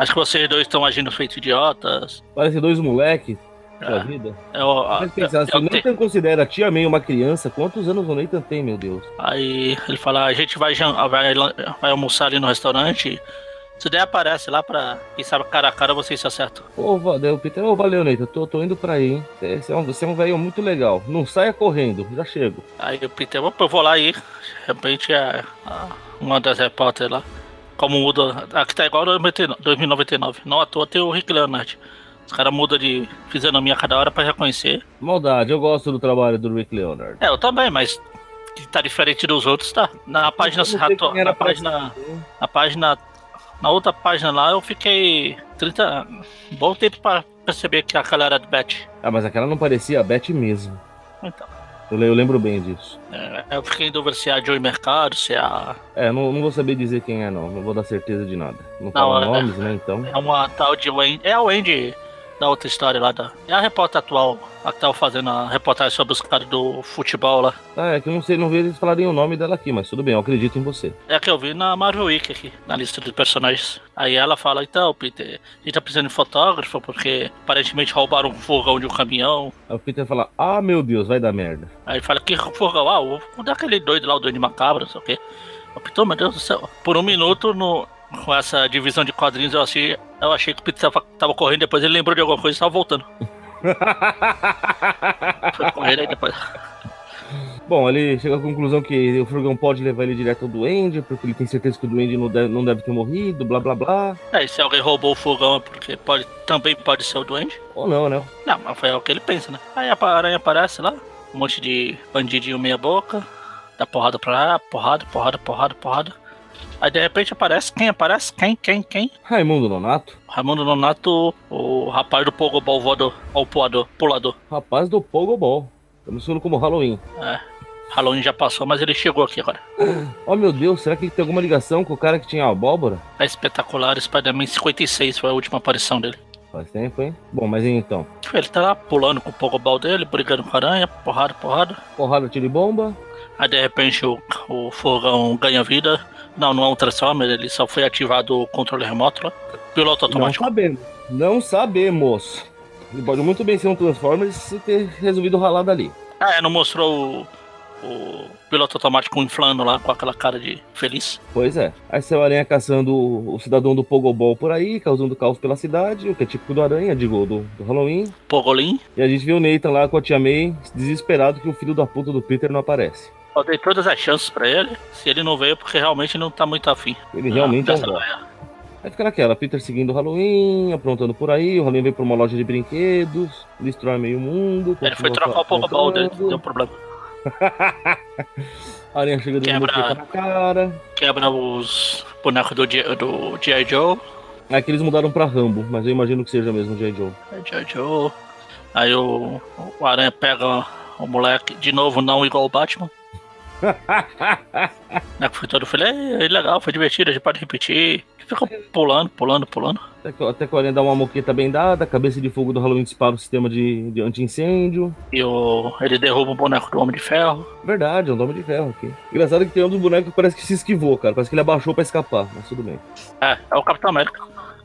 S1: Acho que vocês dois estão agindo feito idiotas.
S2: Parece dois moleque, sua
S1: É,
S2: vida.
S1: é o- a-
S2: Mas pensar, se
S1: é
S2: o
S1: o que tem.
S2: Assim, Nathan considera a tia meio uma criança, quantos anos o Nathan tem, meu Deus?
S1: Aí ele fala, a gente vai, jan- vai, lan- vai almoçar ali no restaurante. Se der, aparece lá pra. Quem sabe cara a cara vocês se acertam.
S2: Ô, valeu, Peter. Ô, valeu, Neita. Tô, tô indo pra aí, hein? Você é um, você é um velho muito legal. Não saia correndo, já chego.
S1: Aí o Peter, opa, eu vou lá aí. De repente, a, a- uma das repórteres lá, como muda. Aqui tá igual 2099. Não à toa tem o Rick Leonard. Os caras mudam de fisionomia a cada hora pra reconhecer.
S2: Maldade, eu gosto do trabalho do Rick Leonard.
S1: É, eu também, mas que tá diferente dos outros, tá. Na página.
S2: Eu não sei quem era
S1: Na página.
S2: pra-
S1: Na página. Na outra página lá eu fiquei 30. Bom tempo pra perceber que aquela era de Bat.
S2: Ah, mas aquela não parecia a Beth mesmo.
S1: Então.
S2: Eu, le- eu lembro bem disso.
S1: é, Eu fiquei em dúvida se é a Joey Mercado, se é a
S2: É, não, não vou saber dizer quem é, não. Não vou dar certeza de nada. Não
S1: é-
S2: fala nomes, né? Então.
S1: É uma tal de Wendy. É a Wendy da outra história lá da. É a repórter atual, a que tava fazendo a reportagem sobre os caras do futebol lá.
S2: Ah, é que eu não sei, não vi eles falarem o nome dela aqui, mas tudo bem, eu acredito em você.
S1: É a que eu vi na Marvel Week aqui, na lista dos personagens. Aí ela fala, então, Peter, a gente tá precisando de fotógrafo, porque aparentemente roubaram um fogão de um caminhão.
S2: Aí o Peter fala: Ah, meu Deus, vai dar merda.
S1: Aí fala, que fogão? Ah, o, o daquele doido lá, o doido macabro, não sei o quê. Eu, Peter, meu Deus do céu. Por um minuto, no, com essa divisão de quadrinhos, eu achei, eu achei que o Peter tava, tava correndo, depois ele lembrou de alguma coisa e tava voltando. Foi correndo aí depois.
S2: Bom, ele chega à conclusão que o Furgão pode levar ele direto ao Duende, porque ele tem certeza que o Duende não deve, não deve ter morrido, blá blá blá.
S1: É, e se alguém roubou o fogão é porque pode, também pode ser o duende.
S2: Ou não, né?
S1: Não, mas foi o que ele pensa, né? Aí a aranha aparece lá, um monte de bandidinho meia boca, dá porrada pra lá, porrada, porrada, porrada, porrada. Aí de repente aparece quem? Aparece quem? Quem? Quem?
S2: Raimundo Nonato,
S1: Raimundo Nonato, o rapaz do Pogobol voador, ou pulador, pulador.
S2: rapaz do Pogobol. Estamos falando como Halloween.
S1: Halloween já passou, mas ele chegou aqui agora.
S2: Oh meu Deus, será que ele tem alguma ligação com o cara que tinha a abóbora?
S1: É espetacular, Spider-Man 56 foi a última aparição dele.
S2: Faz tempo, hein? Bom, mas então.
S1: Ele tá lá pulando com o Pogobol dele, brigando com a aranha, porrada, porrada.
S2: Porrada, tiro e bomba.
S1: Aí de repente o, o fogão ganha vida. Não, não é um transformer, ele só foi ativado o controle remoto lá. Piloto automático.
S2: Não sabemos. Não sabemos. Ele pode muito bem ser um Transformers se ter resolvido ralar dali.
S1: Ah, é, não mostrou o, o piloto automático inflando lá com aquela cara de feliz.
S2: Pois é. Aí saiu a aranha caçando o, o cidadão do Pogobol por aí, causando caos pela cidade, o que é típico do aranha, digo, do, do Halloween.
S1: Pogolin.
S2: E a gente viu o Nathan lá com a tia May, desesperado que o filho da puta do Peter não aparece.
S1: Eu dei todas as chances pra ele. Se ele não veio, porque realmente não tá muito afim.
S2: Ele realmente é um
S1: Dessa
S2: dó.
S1: vai.
S2: Aí fica naquela, Peter seguindo o Halloween, aprontando por aí, o Halloween veio pra uma loja de brinquedos, destrói meio mundo.
S1: Ele foi
S2: continua
S1: trocar o Pogobol dele,
S2: aprontando.
S1: deu problema.
S2: A aranha chega dando
S1: Quebra.
S2: moqueta na cara.
S1: Quebra os bonecos do G- do G.I. Joe.
S2: Aqui É eles mudaram pra Rambo, mas eu imagino que seja mesmo o J. Joe.
S1: É G.I. Joe. Aí o, o Aranha pega o moleque, de novo, não igual o Batman. né, que foi todo filho, é, é legal, foi divertido, a gente pode repetir. E Ficou pulando, pulando, pulando.
S2: Até que, até que a aranha dá uma moqueta bem dada, cabeça de fogo do Halloween dispara o sistema de, de anti-incêndio.
S1: E o, ele derruba o boneco do Homem de Ferro.
S2: Verdade, é um dome de ferro aqui. Engraçado que tem um dos bonecos que parece que se esquivou, cara. Parece que ele abaixou pra escapar, mas tudo bem.
S1: É, é o Capitão América.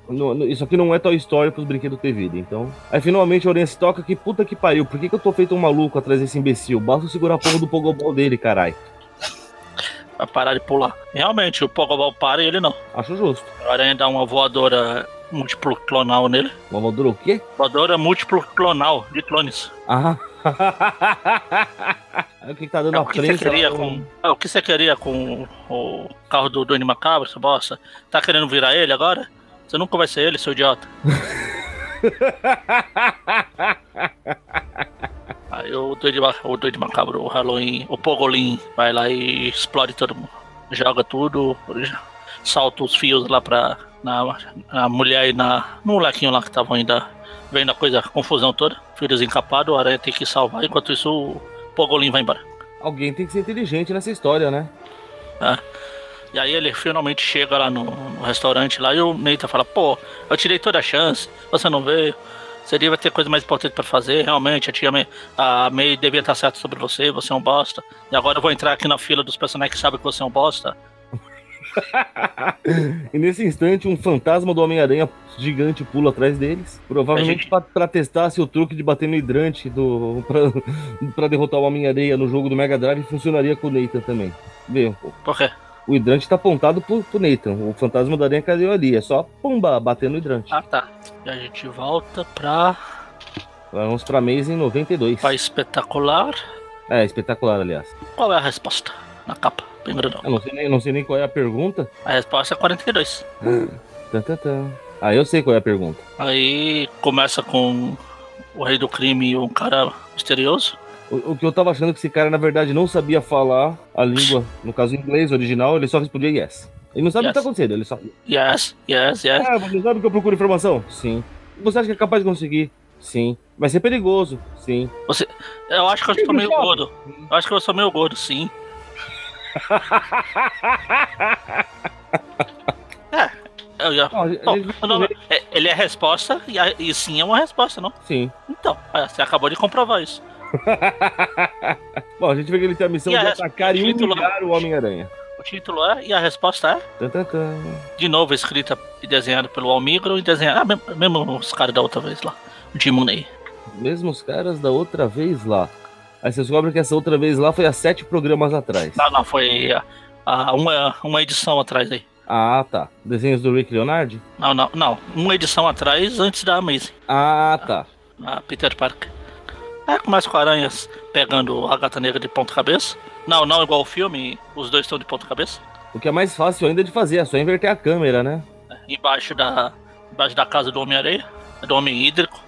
S2: No- no- isso aqui não é Toy Story pros brinquedos ter vida, então. Aí finalmente a Orense toca que puta que pariu. Por que, que eu tô feito um maluco atrás desse imbecil? Basta eu segurar a porra do pogobol dele, carai.
S1: Vai parar de pular. Realmente, o Pogobol para e ele não.
S2: Acho justo.
S1: O Aranha dá uma voadora múltiplo clonal nele.
S2: Uma voadora o quê?
S1: Voadora múltiplo clonal de clones.
S2: Ah. Aí o que, que tá dando
S1: É,
S2: a
S1: o que você
S2: prensa?
S1: queria
S2: lá,
S1: com. é, o que você queria com o carro do Doni Macabro, essa bosta? Tá querendo virar ele agora? Você nunca vai ser ele, seu idiota. Aí o Doide, o Doide Macabro, o Halloween, o Pogolin vai lá e explode todo mundo. Joga tudo, salta os fios lá pra. Na, na mulher e na. No molequinho lá que estavam ainda. Vendo a coisa, a confusão toda. Filhos encapados, o aranha tem que salvar. Enquanto isso, o Pogolin vai embora.
S2: Alguém tem que ser inteligente nessa história, né?
S1: E aí ele finalmente chega lá no, no restaurante lá e o Neita fala, pô, eu tirei toda a chance, você não veio. Você devia ter coisa mais importante pra fazer, realmente, a tia May, a May devia estar certa sobre você, você é um bosta. E agora eu vou entrar aqui na fila dos personagens que sabem que você é um bosta.
S2: E nesse instante, um fantasma do Homem-Aranha gigante pula atrás deles.
S1: A
S2: Provavelmente
S1: gente-
S2: pra, pra testar se o truque de bater no hidrante do, pra, pra derrotar o Homem-Aranha no jogo do Mega Drive funcionaria com o Nathan também. Vê, um
S1: Por quê?
S2: o hidrante tá apontado pro, pro Nathan. O fantasma da aranha caiu ali. É só pumba, bater no hidrante.
S1: Ah, tá. E a gente volta pra
S2: Vamos pra mesa em 92.
S1: Pai Espetacular.
S2: É, espetacular, aliás.
S1: Qual é a resposta? Na capa, bem grandão.
S2: Eu não sei nem, não sei nem qual é a pergunta.
S1: A resposta é 42.
S2: Tan, tan, tan. Ah, eu sei qual é a pergunta.
S1: Aí começa com o rei do crime e um cara misterioso.
S2: O, o que eu tava achando é que esse cara, na verdade, não sabia falar a língua, no caso o inglês original, ele só respondia yes. Ele não sabe o que tá
S1: Yes.
S2: acontecendo, ele só.
S1: Yes, yes, yes.
S2: Ah, você sabe que eu procuro informação? Sim. Você acha que é capaz de conseguir? Sim. Vai ser perigoso? Sim.
S1: Eu acho que eu
S2: Filho,
S1: sou meio
S2: jovem.
S1: gordo. Eu acho que eu sou meio gordo, sim. é. Eu já...
S2: Não, a gente- a
S1: Bom,
S2: gente-
S1: o nome- é- ele é resposta e, a- e sim é uma resposta, não?
S2: Sim.
S1: Então, é, você acabou de comprovar isso.
S2: Bom, a gente vê que ele tem a missão
S1: E a
S2: de
S1: resposta
S2: atacar e
S1: do título?
S2: humilhar o Homem-Aranha.
S1: O título é e a resposta é,
S2: Tan, tan, tan.
S1: de novo, escrita e desenhada pelo Almigro e desenhada. Ah, mesmo, mesmo os caras da outra vez lá. O Jim Mooney.
S2: Mesmo os caras da outra vez lá. Aí você descobre que essa outra vez lá foi há sete programas atrás.
S1: Não, não, foi ah, ah, uma, uma edição atrás aí.
S2: Ah, tá. Desenhos do Rick Leonardi?
S1: Não, não, não. Uma edição atrás antes da Amazing.
S2: Ah, tá.
S1: A Peter Parker. É, começa com aranhas pegando a gata negra de ponta cabeça. Não, não igual o filme, os dois estão de ponta cabeça.
S2: O que é mais fácil ainda de fazer, é só inverter a câmera, né?
S1: É, Embaixo da, embaixo da casa do Homem-Areia, do Homem Hídrico.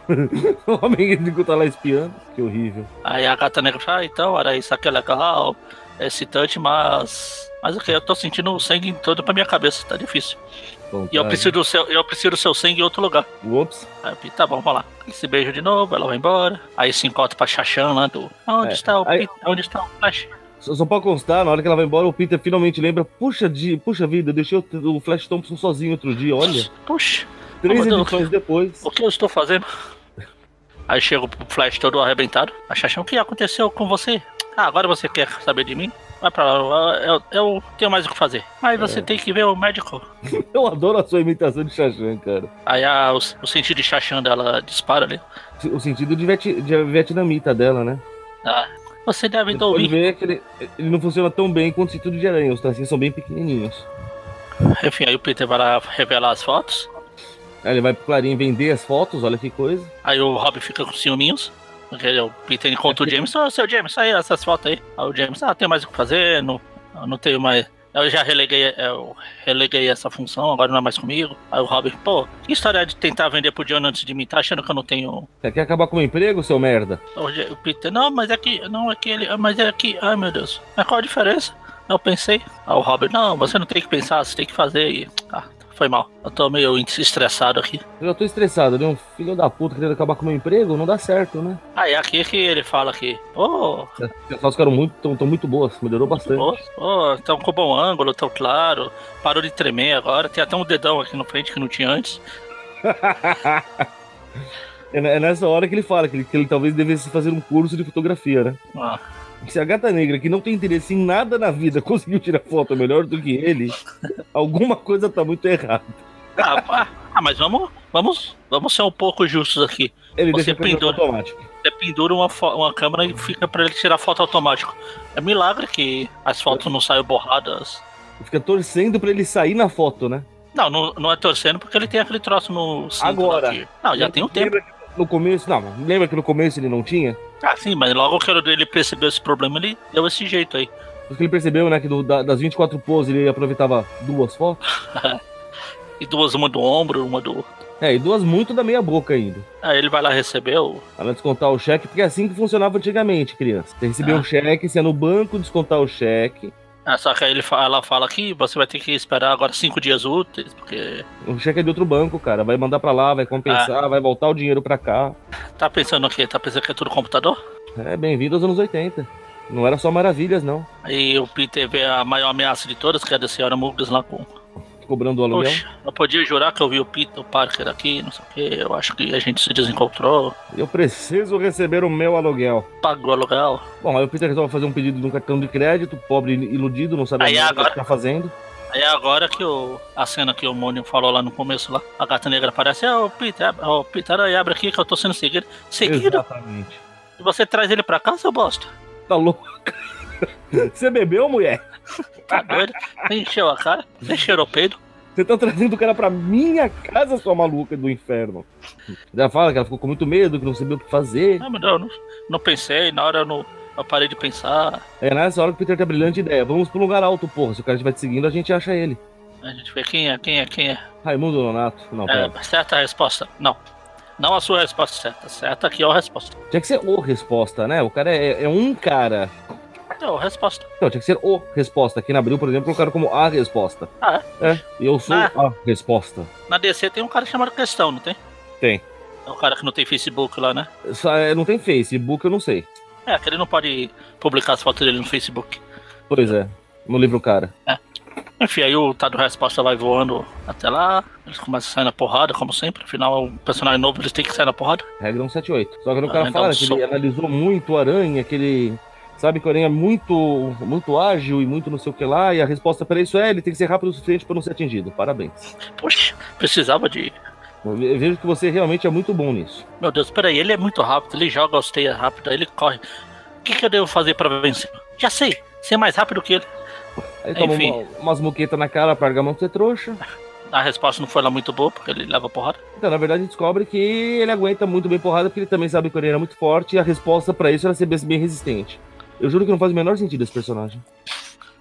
S2: O homem hídrico tá lá espiando. Que horrível.
S1: Aí a gata negra fala, ah, então, era isso aqui é legal, é excitante, mas... Mas aqui, eu tô sentindo o sangue todo pra minha cabeça, tá difícil.
S2: Vontade.
S1: E eu preciso do seu, eu preciso do seu sangue em outro lugar.
S2: Ops.
S1: Aí, eu falei, tá bom, vamos lá. Eles se beijam de novo, ela vai embora. Aí se encontra pra Xaxã lá do. Onde
S2: É,
S1: está o
S2: aí-
S1: Peter? Onde está o Flash?
S2: Só, só pra constar, na hora que ela vai embora, o Peter finalmente lembra: Puxa, de, puxa vida, eu deixei o, o Flash Thompson sozinho outro dia, olha.
S1: Puxa,
S2: Três
S1: Deus.
S2: edições depois.
S1: o que eu estou fazendo? Aí chega o Flash todo arrebentado. A Xaxã, o que aconteceu com você? Ah, agora você quer saber de mim? Vai pra lá, eu, eu tenho mais o que fazer. Aí você tem que ver o médico.
S2: Eu adoro a sua imitação de Shashan, cara.
S1: Aí a- o, o sentido de Xaxã dela dispara ali.
S2: O sentido de, viet- de vietnamita dela, né?
S1: Ah, você deve
S2: Você pode
S1: ouvir.
S2: ver que ele, ele não funciona tão bem quanto o sentido de aranha. Os tracinhos são bem pequenininhos.
S1: Enfim, aí o Peter vai lá revelar as fotos.
S2: Aí ele vai pro Clarim vender as fotos, olha que coisa.
S1: Aí o Rob fica com ciúminhos. Porque é o Peter encontra o James. Ô, seu James, aí essas fotos aí. Aí o James, ah, tem mais o que fazer, não, eu não tenho mais. Eu já releguei, é, eu releguei essa função, agora não é mais comigo. Aí o Rob, pô, que história de tentar vender pro John antes de mim? Tá achando que eu não tenho.
S2: Você quer acabar com o emprego, seu merda?
S1: O Ja- o Peter, não, mas é que. Não, é que ele. Mas é que. Ai meu Deus. Mas qual a diferença? Eu pensei. Aí o Rob, não, você não tem que pensar, você tem que fazer. E, ah, foi mal. Eu tô meio estressado aqui.
S2: Eu já tô estressado, né? Um filho da puta querendo acabar com o meu emprego, não dá certo, né?
S1: Aí é aqui que ele fala que, ô,
S2: As fotos ficaram muito, tão, tão muito boas, melhorou bastante.
S1: Ô, ô, tão com bom ângulo, tão claro. Parou de tremer agora. Tem até um dedão aqui na frente que não tinha antes.
S2: É ne- é nessa hora que ele fala que ele, que ele talvez devesse fazer um curso de fotografia, né?
S1: Ah,
S2: Se a gata negra, que não tem interesse em nada na vida, conseguiu tirar foto melhor do que ele, alguma coisa tá muito errada.
S1: ah, ah, ah, mas vamos, vamos, vamos ser um pouco justos aqui.
S2: Ele
S1: Você
S2: deixa
S1: né?
S2: a câmera
S1: pendura.
S2: automática.
S1: Você pendura uma, fo- uma câmera e fica pra ele tirar foto automático. É milagre que as fotos não saiam borradas.
S2: Fica torcendo pra ele sair na foto, né?
S1: Não, não, não é torcendo porque ele tem aquele troço no cinto
S2: Agora.
S1: lá que- Não, já tem um tempo.
S2: Lembra que no começo, não, mas lembra que no começo ele não tinha?
S1: Ah, sim, mas logo que ele percebeu esse problema, ele deu esse jeito aí.
S2: Porque ele percebeu, né, que do- da- das 24 poses ele aproveitava duas fotos.
S1: E duas, uma do ombro, uma do.
S2: É, e duas muito da meia boca ainda.
S1: Aí ele vai lá receber o.
S2: Ela descontar o cheque, porque é assim que funcionava antigamente, criança. Você recebia
S1: Ah.
S2: um cheque, você ia no banco descontar o cheque.
S1: Ah, só que aí ele fa- ela fala que você vai ter que esperar agora cinco dias úteis, porque
S2: O cheque é de outro banco, cara. Vai mandar pra lá, vai compensar,
S1: Ah.
S2: vai voltar o dinheiro pra cá.
S1: tá pensando o quê? Tá pensando que é tudo computador?
S2: É, bem-vindo aos anos 80. Não era só maravilhas, não.
S1: Aí o Peter vê a maior ameaça de todas, que é da senhora Muggs lá com.
S2: Cobrando o aluguel.
S1: Poxa, eu podia jurar que eu vi o Peter o Parker aqui, não sei o quê, eu acho que a gente se desencontrou,
S2: Eu preciso receber o meu aluguel.
S1: pagou o aluguel.
S2: Bom, aí o Peter resolve fazer um pedido de um cartão de crédito, pobre iludido, não sabe
S1: Aí
S2: nada
S1: agora-
S2: do que tá fazendo.
S1: Aí é agora que o, a cena que o Mônio falou lá no começo lá, a gata negra aparece, é o Peter, ab- ó, Peter, aí abre aqui que eu tô sendo seguido. Seguido?
S2: Exatamente.
S1: E Você traz ele pra cá, seu bosta?
S2: Tá louco? Você bebeu, mulher?
S1: Tá doido? Nem encheu a cara, nem cheirou o peido.
S2: Você tá trazendo o cara pra minha casa, sua maluca do inferno. Ela fala que ela ficou com muito medo, que não sabia o que fazer.
S1: Ah, meu Deus, eu não, não pensei, na hora eu, não, eu parei de pensar.
S2: É nessa hora que o Peter tem a brilhante ideia. Vamos pra um lugar alto, porra. Se o cara estiver te seguindo, a gente acha ele.
S1: A gente vê quem é, quem é, quem é.
S2: Raimundo Nonato. Não, pera.
S1: é certa a resposta. Não. Não a sua resposta certa. Certa aqui é a resposta.
S2: Tinha que ser o resposta, né? O cara é, é um cara.
S1: Não, É a resposta.
S2: Não, tinha que ser o resposta. Aqui na Abril, por exemplo, colocaram como a resposta.
S1: Ah,
S2: É, eu sou
S1: Ah.
S2: a resposta.
S1: Na DC tem um cara chamado Questão, não tem?
S2: Tem.
S1: É o cara que não tem Facebook lá, né?
S2: Só, é, não tem Facebook, eu não sei.
S1: É, que ele não pode publicar as fotos dele no Facebook.
S2: Pois é, no livro cara.
S1: Enfim, aí o Tado Resposta vai voando até lá. Eles começam a sair na porrada, como sempre. Afinal, é um personagem novo, eles têm que sair na porrada.
S2: Regra 178. Só que o
S1: Ah,
S2: cara
S1: então
S2: fala que
S1: só-
S2: ele analisou muito a aranha, que ele sabe que a aranha é muito, muito ágil e muito não sei o que lá, e a resposta para isso é ele tem que ser rápido o suficiente para não ser atingido. Parabéns.
S1: Poxa, precisava de.
S2: Eu ve- vejo que você realmente é muito bom nisso.
S1: Meu Deus, peraí, ele é muito rápido, ele joga os teias rápido, aí ele corre. O que, que eu devo fazer pra vencer? Já sei, ser mais rápido que ele.
S2: Aí toma
S1: Enfim.
S2: uma- umas muquetas na cara pra argamão ser é trouxa.
S1: A resposta não foi lá muito boa, porque ele leva porrada.
S2: Então, na verdade, a gente descobre que ele aguenta muito bem porrada, porque ele também sabe que ele era muito forte, e a resposta pra isso era ser bem bem resistente. Eu juro que não faz o menor sentido esse personagem.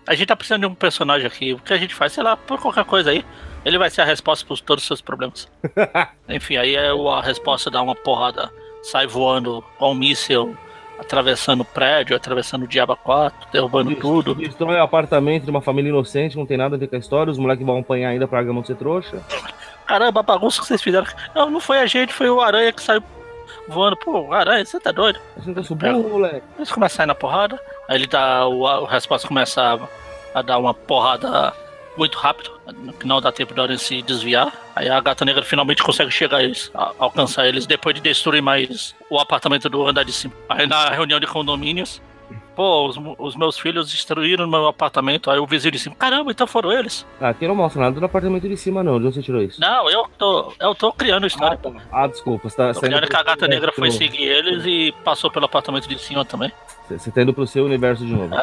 S1: A gente tá precisando de um personagem aqui. O que a gente faz, sei lá, por qualquer coisa aí, ele vai ser a resposta para todos os seus problemas. Enfim, aí é o- a resposta dá uma porrada, sai voando com um míssil, atravessando o prédio, atravessando o Diaba 4, derrubando
S2: Isso.
S1: tudo.
S2: Então é o apartamento de uma família inocente, não tem nada a ver com a história, os moleques vão apanhar ainda pra Agamon ser é trouxa.
S1: Caramba, a bagunça que vocês fizeram. Não, não foi a gente, foi o Aranha que saiu voando. Pô, Aranha, você tá doido?
S2: A gente tá subindo, moleque.
S1: Eles começam a sair na porrada, aí ele dá. O, a- o resposta começa a, a dar uma porrada muito rápido. Não dá tempo da hora se desviar. Aí a gata negra finalmente consegue chegar a eles, a- alcançar eles depois de destruir mais o apartamento do andar de cima. Aí na reunião de condomínios. Pô, os, mo- os meus filhos destruíram meu apartamento. Aí o vizinho de cima, caramba, então foram eles.
S2: Ah, aqui não mostra nada do apartamento de cima, não. De onde você tirou isso?
S1: Não, eu tô, eu tô criando história. pô.
S2: Ah, desculpa. Você tá,
S1: Tô
S2: você tá indo
S1: criando que a
S2: pro seu
S1: gata negra
S2: universo
S1: foi
S2: de novo.
S1: seguir eles e passou pelo apartamento de cima também.
S2: Você- Você tá indo pro seu universo de novo.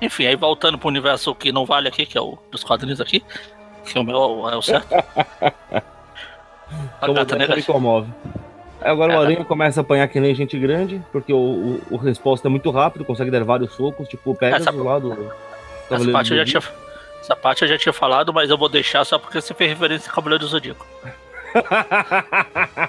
S1: Enfim, aí voltando pro universo que não vale aqui, que é o dos quadrinhos aqui, que o meu é o certo. a
S2: Como
S1: gata
S2: dessa
S1: negra. É.
S2: me comove. Aí agora o
S1: Cara.
S2: Aranha começa a apanhar que nem gente grande, porque o, o- o resposta é muito rápido, consegue dar vários socos, tipo, pega
S1: Essa-
S2: do lado.
S1: Essa parte, eu já tinha, essa parte eu já tinha falado, mas eu vou deixar só porque você fez referência ao Cavaleiro do Zodíaco.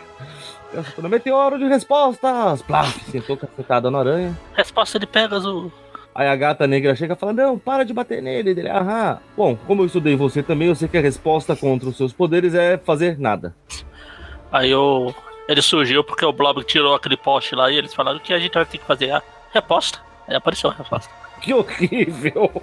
S2: Eu só tô no meteoro de respostas! Plaf, sentou cacetada na aranha.
S1: Resposta de Pegasus.
S2: Aí a gata negra chega falando, não, para de bater nele. Dele, aham. Bom, como eu estudei você também, eu sei que a resposta contra os seus poderes é fazer nada.
S1: Aí eu, ele surgiu porque o Blob tirou aquele poste lá e eles falaram o que a gente vai ter que fazer. Ah, reposta. Aí apareceu a resposta.
S2: Que horrível!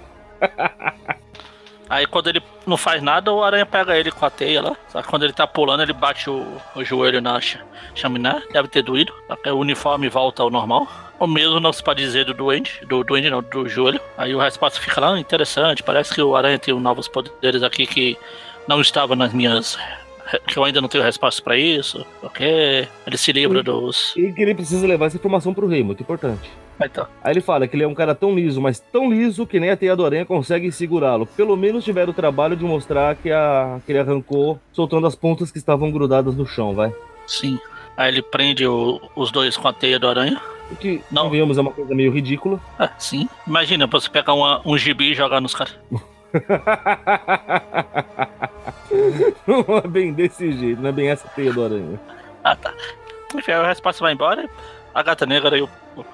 S1: Aí quando ele não faz nada, o aranha pega ele com a teia lá. Só que quando ele tá pulando, ele bate o, o joelho na cha- chaminé. Deve ter doído. Até o uniforme volta ao normal. O mesmo não se pode dizer do duende. Do duende não, do joelho. Aí o resposta fica lá, "Ah, interessante. Parece que o aranha tem novos poderes aqui que não estava nas minhas... Que eu ainda não tenho resposta pra isso. Ok. Ele se livra dos...
S2: E que ele precisa levar essa informação pro rei, muito importante.
S1: Então,
S2: Aí ele fala que ele é um cara tão liso, mas tão liso que nem a teia do aranha consegue segurá-lo. Pelo menos tiveram o trabalho de mostrar que, a, que ele arrancou, soltando as pontas que estavam grudadas no chão, vai.
S1: sim. Aí ele prende o- os dois com a teia do aranha.
S2: O que
S1: Não.
S2: não vemos é uma coisa meio ridícula.
S1: Ah, sim. Imagina, você pegar uma- um gibi e jogar nos caras.
S2: não é bem desse jeito, não é bem essa teia do aranha.
S1: Ah, tá. Enfim, aí o resposta vai embora. A gata negra e o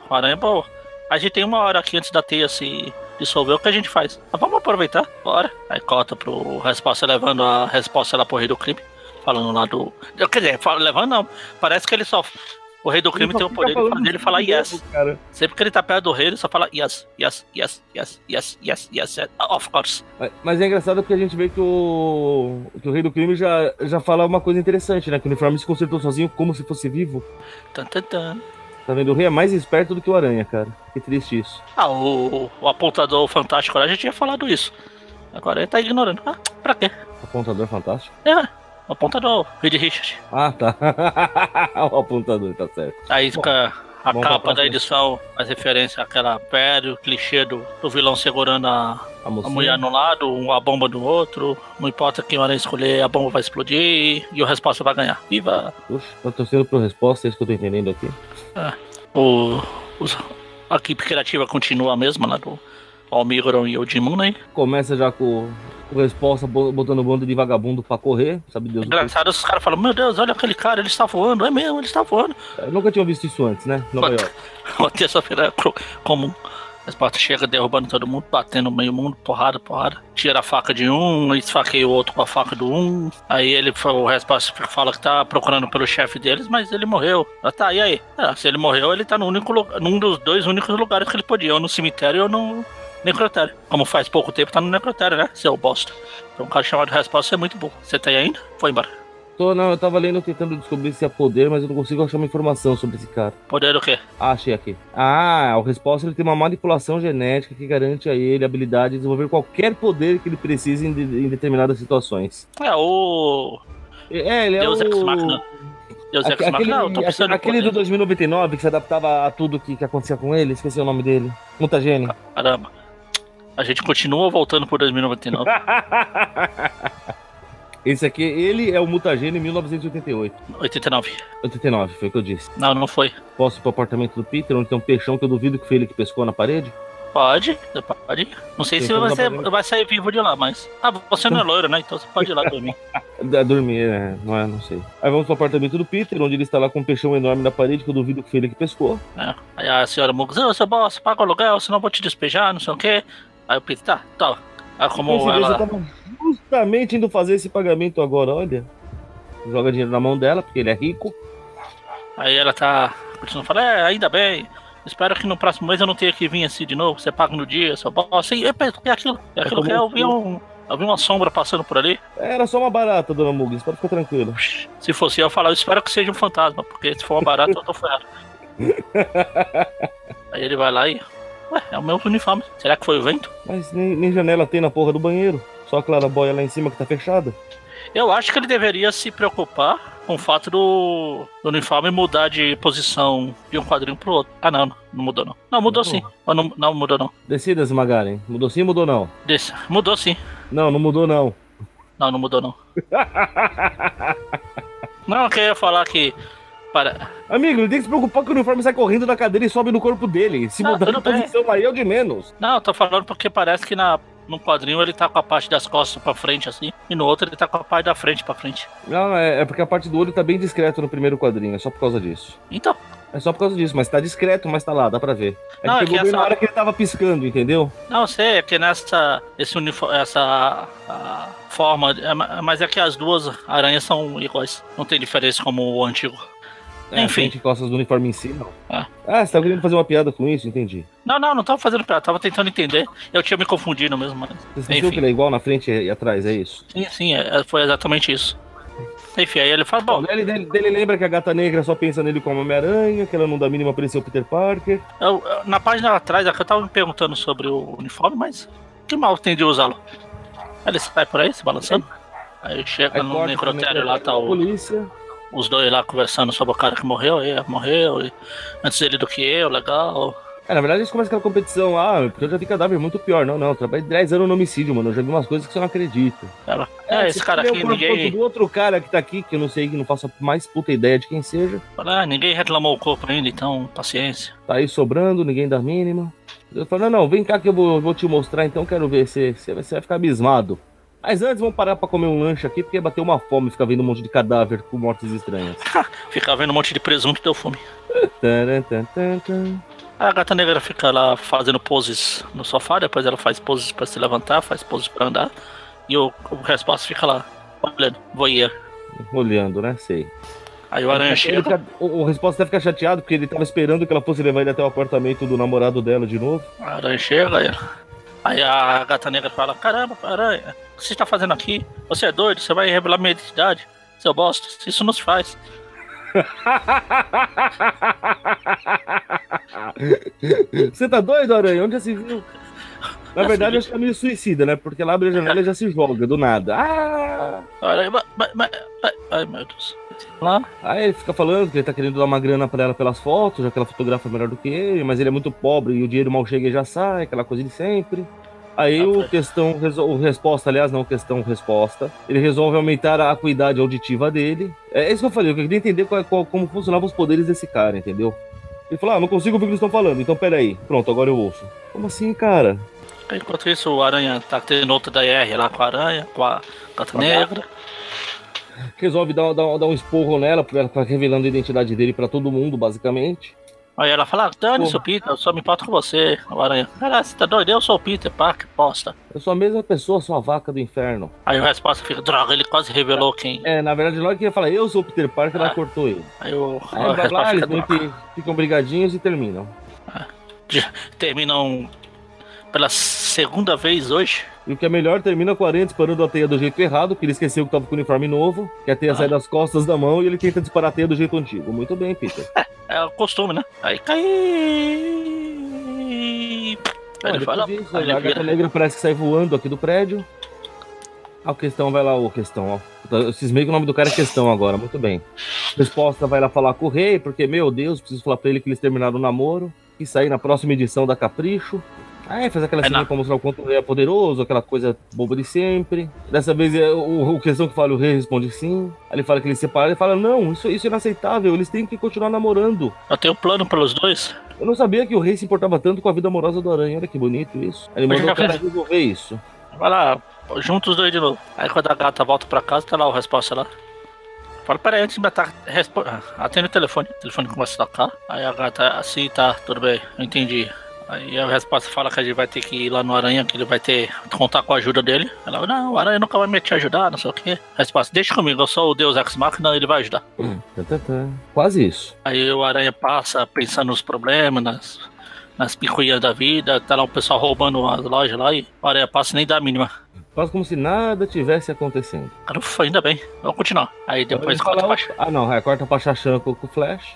S1: o aranha, pô, a gente tem uma hora aqui antes da teia se dissolver, o que a gente faz? Ah, vamos aproveitar, bora. Aí corta pro resposta, levando a resposta lá pro rei do crime, falando lá do... Eu, quer dizer, fala- levando não, parece que ele só... O rei do crime
S2: só
S1: tem o
S2: fica
S1: poder de
S2: falando
S1: fazer ele
S2: isso
S1: falar
S2: de novo,
S1: yes.
S2: cara.
S1: Sempre que ele tá perto do rei, ele só fala yes, yes, yes, yes, yes, yes, yes, yes, of course.
S2: Mas- Mas é engraçado porque a gente vê que o, que o rei do crime já, já fala uma coisa interessante, né? Que o uniforme se consertou sozinho como se fosse vivo.
S1: Tan, tan, tan.
S2: Tá vendo? O rei é mais esperto do que o aranha, cara. Que triste isso.
S1: Ah, o, o apontador fantástico lá já tinha falado isso. Agora ele tá ignorando. Ah, pra quê?
S2: Apontador fantástico.
S1: É, o apontador, Reed Richard.
S2: Ah, tá. o apontador, tá certo.
S1: Aí fica a
S2: vamos pra
S1: capa da
S2: próxima.
S1: edição, as referências àquela pele, o clichê do, do vilão segurando a,
S2: A
S1: a
S2: mocinha.
S1: mulher no lado, um- a bomba do outro. Não importa quem o aranha escolher, a bomba vai explodir e o resposta vai ganhar. Viva!
S2: Puxa, tá torcendo por resposta, é isso que eu tô entendendo aqui.
S1: O, os- a equipe criativa continua a mesma lá do Almigron e o Jimon, né?
S2: Começa já com, com resposta bo- botando um bando de vagabundo pra correr, sabe Deus o que.
S1: Engraçado, os caras falam: Meu Deus, olha aquele cara, ele está voando, é mesmo, ele está voando.
S2: Eu nunca tinha visto isso antes, né? Nova
S1: Puta.
S2: York.
S1: Uma terça-feira cru- comum. As portas chegam derrubando todo mundo, batendo meio mundo, porrada, porrada. Tira a faca de um, esfaqueia o outro com a faca do um. Aí ele fa- o resposta fala que tá procurando pelo chefe deles, mas ele morreu. Ah tá, e aí? Ah, se ele morreu, ele tá no único lu- num dos dois únicos lugares que ele podia, ou no cemitério ou no necrotério. Como faz pouco tempo, tá no necrotério, né? Seu bosta. Então um cara chamado resposta é muito bom. Você tá aí ainda? Foi embora.
S2: Tô, não, eu tava lendo tentando descobrir se é poder, mas eu não consigo achar uma informação sobre esse cara.
S1: Poder o quê?
S2: Ah, achei aqui. Ah, o resposta ele tem uma manipulação genética que garante a ele a habilidade de desenvolver qualquer poder que ele precise em, de- em determinadas situações.
S1: É o.
S2: É, ele é
S1: Deus
S2: o...
S1: Ex Machina. Deus
S2: Aque-
S1: Ex Machina. Não, eu tô
S2: aquele,
S1: precisando de
S2: aquele
S1: poder.
S2: do 2099 que se adaptava a tudo que, que acontecia com ele, esqueci o nome dele. Mutagene.
S1: Caramba. A gente continua voltando por 2099.
S2: Esse aqui, ele é o Mutagênio em 1988.
S1: 89.
S2: 89, foi o que eu disse.
S1: Não, não foi.
S2: Posso ir pro apartamento do Peter, onde tem um peixão que eu duvido que foi ele que pescou na parede?
S1: Pode, você pode. Não sei se
S2: Pensando na
S1: você
S2: banheira.
S1: vai sair vivo de lá, mas. Ah, você não é loiro, né? Então você pode ir lá dormir.
S2: Da- Dormir, né? Não, é, não sei. Aí vamos pro apartamento do Peter, onde ele está lá com um peixão enorme na parede que eu duvido que foi ele que pescou.
S1: né? Aí a senhora Mugs, ô seu boss, paga o aluguel, senão eu vou te despejar, não sei o quê. Aí o Peter, tá, tá. Aí como
S2: Coincidência,
S1: ela.
S2: eu tava justamente indo fazer esse pagamento agora, olha. Joga dinheiro na mão dela, porque ele é rico.
S1: Aí ela tá. Continua falando, é, ainda bem. Espero que no próximo mês eu não tenha que vir assim de novo. Você paga no dia, seu boss. E, epa, o que é aquilo? É aquilo
S2: como
S1: que é, eu
S2: um-
S1: vi um. Eu vi uma sombra passando por ali.
S2: Era só uma barata, dona Mugs, pode ficar tranquilo.
S1: Se fosse eu, eu falava, espero que seja um fantasma, porque se for uma barata, eu tô ferrado. Aí ele vai lá e. Ué, é o meu uniforme. Será que foi o vento?
S2: Mas nem, nem janela tem na porra do banheiro. Só a clarabóia lá em cima que tá fechada.
S1: Eu acho que ele deveria se preocupar com o fato do, do uniforme mudar de posição de um quadrinho pro outro. Ah, não, não mudou não. Não,
S2: Mudou?
S1: mudou sim. Ou não, não mudou não.
S2: Decidas, Magaren. Mudou sim, mudou não?
S1: Desse. Mudou sim.
S2: Não, não mudou não.
S1: Não, não mudou não. não, eu queria falar é que... Para...
S2: Amigo, ele tem que se preocupar que o uniforme sai correndo da cadeira e sobe no corpo dele. Se
S1: Ah,
S2: mudar de
S1: tudo bem.
S2: posição aí é o de menos.
S1: Não, eu tô falando porque parece que na, no quadrinho ele tá com a parte das costas pra frente assim, e no outro ele tá com a parte da frente pra frente.
S2: Não, é, é porque a parte do olho tá bem discreto no primeiro quadrinho, é só por causa disso.
S1: Então,
S2: É só por causa disso, mas tá discreto, mas tá lá, dá pra ver. É
S1: Não, é
S2: que
S1: que
S2: pegou bem
S1: essa
S2: na hora
S1: hora-
S2: que ele tava piscando, entendeu?
S1: Não, eu sei, é que nessa. Esse uniforme. Essa. a forma. é ma- Mas é que as duas aranhas são iguais. Não tem diferença como o antigo.
S2: É,
S1: Enfim.
S2: frente e costas do uniforme em si, não.
S1: Ah.
S2: Ah, você tá querendo fazer uma piada com isso? Entendi.
S1: Não, não, não tava fazendo piada, tava tentando entender. Eu tinha me confundido mesmo, mas.
S2: Você sentiu
S1: Enfim.
S2: que ele é igual na frente e atrás, é isso?
S1: Sim, sim, é- foi exatamente isso. Enfim, aí ele fala, bom,
S2: Ele, dele- dele lembra que a gata negra só pensa nele como Homem-Aranha, que ela não dá mínima pra ele ser o Peter Parker.
S1: eu- eu- na página atrás aqui eu tava me perguntando sobre o uniforme, mas que mal tem de usá-lo? Aí ele sai por aí, se balançando. Aí chega no
S2: corta
S1: necrotério
S2: pro
S1: lá, tá o.
S2: Polícia.
S1: os dois lá conversando sobre o cara que morreu, aí morreu, e antes dele do que eu, legal.
S2: É, na verdade, eles começam aquela competição. Ah, porque eu já vi cadáver muito pior. Não, não. Eu trabalhei 10 anos no homicídio, mano. Eu já vi umas coisas que você não acredita.
S1: Ela, é, esse
S2: você
S1: cara
S2: vê o
S1: aqui,
S2: corpo
S1: ninguém,
S2: Do outro cara que tá aqui, que eu não sei, que não faço a mais puta ideia de quem seja.
S1: ah, ninguém reclamou o corpo ainda, então paciência.
S2: Tá aí sobrando, ninguém dá mínima. Eu falo, não, não, vem cá que eu vou, vou te mostrar, então quero ver. Você, você, vai- você vai ficar abismado. Mas antes, vamos parar pra comer um lanche aqui, porque bateu uma fome ficar vendo um monte de cadáver com mortes estranhas.
S1: Ficar vendo um monte de presunto deu fome.
S2: Taran, tan, tan, tan.
S1: A gata negra fica lá fazendo poses no sofá, depois ela faz poses pra se levantar, faz poses pra andar, e o, o resposta fica lá, olhando, voyeur.
S2: Olhando, né? Sei.
S1: Aí o aranha
S2: Ele
S1: chega,
S2: fica- o, o resposta deve ficar chateado, porque ele tava esperando que ela fosse levar ele até o apartamento do namorado dela de novo.
S1: a aranha chega, aí, aí a gata negra fala, caramba, aranha, o que você tá fazendo aqui? Você é doido, você vai revelar minha identidade, seu bosta, isso nos faz.
S2: Você tá doido, Aranha? Onde já se viu? Na
S1: Já
S2: verdade,
S1: se
S2: eu acho que é meio suicida, né? Porque ela abre a janela e já se joga do nada. Ah!
S1: Olha, mas, mas, mas, mas- ai meu Deus. Lá,
S2: Aí ele fica falando que ele tá querendo dar uma grana pra ela pelas fotos, já que ela fotografa melhor do que ele, mas ele é muito pobre e o dinheiro mal chega e já sai, aquela coisa de sempre. Aí
S1: Ah,
S2: o
S1: foi.
S2: questão, resol- o resposta, aliás, não questão, resposta, ele resolve aumentar a acuidade auditiva dele. É isso que eu falei, eu queria entender qual- é, qual- como funcionavam os poderes desse cara, entendeu? Ele falou, ah, não consigo ouvir o que eles estão falando, então peraí. Pronto, agora eu ouço. Como assim, cara?
S1: enquanto isso, o Aranha tá tendo outra da IR lá com a Aranha, com a Gata Negra.
S2: Resolve dar, dar- dar um esporro nela, porque ela tá revelando a identidade dele pra todo mundo, basicamente.
S1: Aí ela fala, Dani,
S2: Porra.
S1: seu Peter, eu só me importo com você. O Aranha, caralho, você tá doido? Eu sou o Peter, pá, que bosta.
S2: Eu sou a mesma pessoa, sou a vaca do inferno.
S1: Aí a resposta fica, droga, ele quase revelou quem.
S2: É, na verdade, logo que ele fala, eu sou o Peter Parker, ela
S1: Ah.
S2: cortou ele.
S1: Aí o
S2: Aí,
S1: a
S2: blá, blá,
S1: resposta
S2: eles
S1: fica,
S2: meio que ficam brigadinhos e terminam.
S1: terminam um pela segunda vez hoje.
S2: E o que é melhor, termina com o Aranha disparando a teia do jeito errado, porque ele esqueceu que tava com o uniforme novo, que a teia
S1: Ah.
S2: sai das costas da mão e ele tenta disparar a teia do jeito antigo. Muito bem, Peter.
S1: É o costume, né? Aí cai. Aí
S2: Bom,
S1: ele
S2: depois
S1: fala.
S2: disso,
S1: aí ele
S2: a
S1: vira.
S2: gata negra parece que sai voando aqui do prédio. Ah, o questão vai lá, o questão, ó. Eu cismei que o nome do cara é questão agora, muito bem. Resposta vai lá falar com o rei, porque, meu Deus, preciso falar pra ele que eles terminaram o namoro. E sair na próxima edição da Capricho. Ah, é, faz aquela
S1: É,
S2: cena
S1: não.
S2: pra mostrar o quanto ele é poderoso, aquela coisa boba de sempre. Dessa vez é o, o questão que fala, o rei responde sim. Aí ele fala que eles separaram, ele fala, não, isso, isso é inaceitável, eles têm que continuar namorando.
S1: Eu tenho um plano pelos dois.
S2: Eu não sabia que o rei se importava tanto com a vida amorosa do Aranha, olha que bonito isso. Aí Ele
S1: Mas
S2: mandou o
S1: já
S2: cara
S1: fez-
S2: resolver isso.
S1: Vai lá, junta os dois de novo. Aí quando a gata volta pra casa, tá lá o resposta lá. Fala, peraí, antes de matar, respo- ah, atende o telefone. O telefone começa a tocar. Aí a gata, assim, tá, tudo bem, eu entendi. Aí a resposta fala que a gente vai ter que ir lá no Aranha, que ele vai ter contar com a ajuda dele. Ela, não, o Aranha nunca vai me te ajudar, não sei o quê. Resposta, deixa comigo, eu sou o Deus Ex Machina, ele vai ajudar.
S2: Tá, tá, tá. Quase isso.
S1: Aí o Aranha passa pensando nos problemas, nas, nas picuinhas da vida, tá lá o pessoal roubando as lojas lá e o Aranha passa e nem dá a mínima.
S2: Quase como se nada tivesse acontecendo.
S1: Cara, ufa, ainda bem. Vamos continuar. Aí depois
S2: Ele
S1: corta
S2: fala,
S1: pra Shang.
S2: Ah, não, é, corta pra Shashan com com o Flash.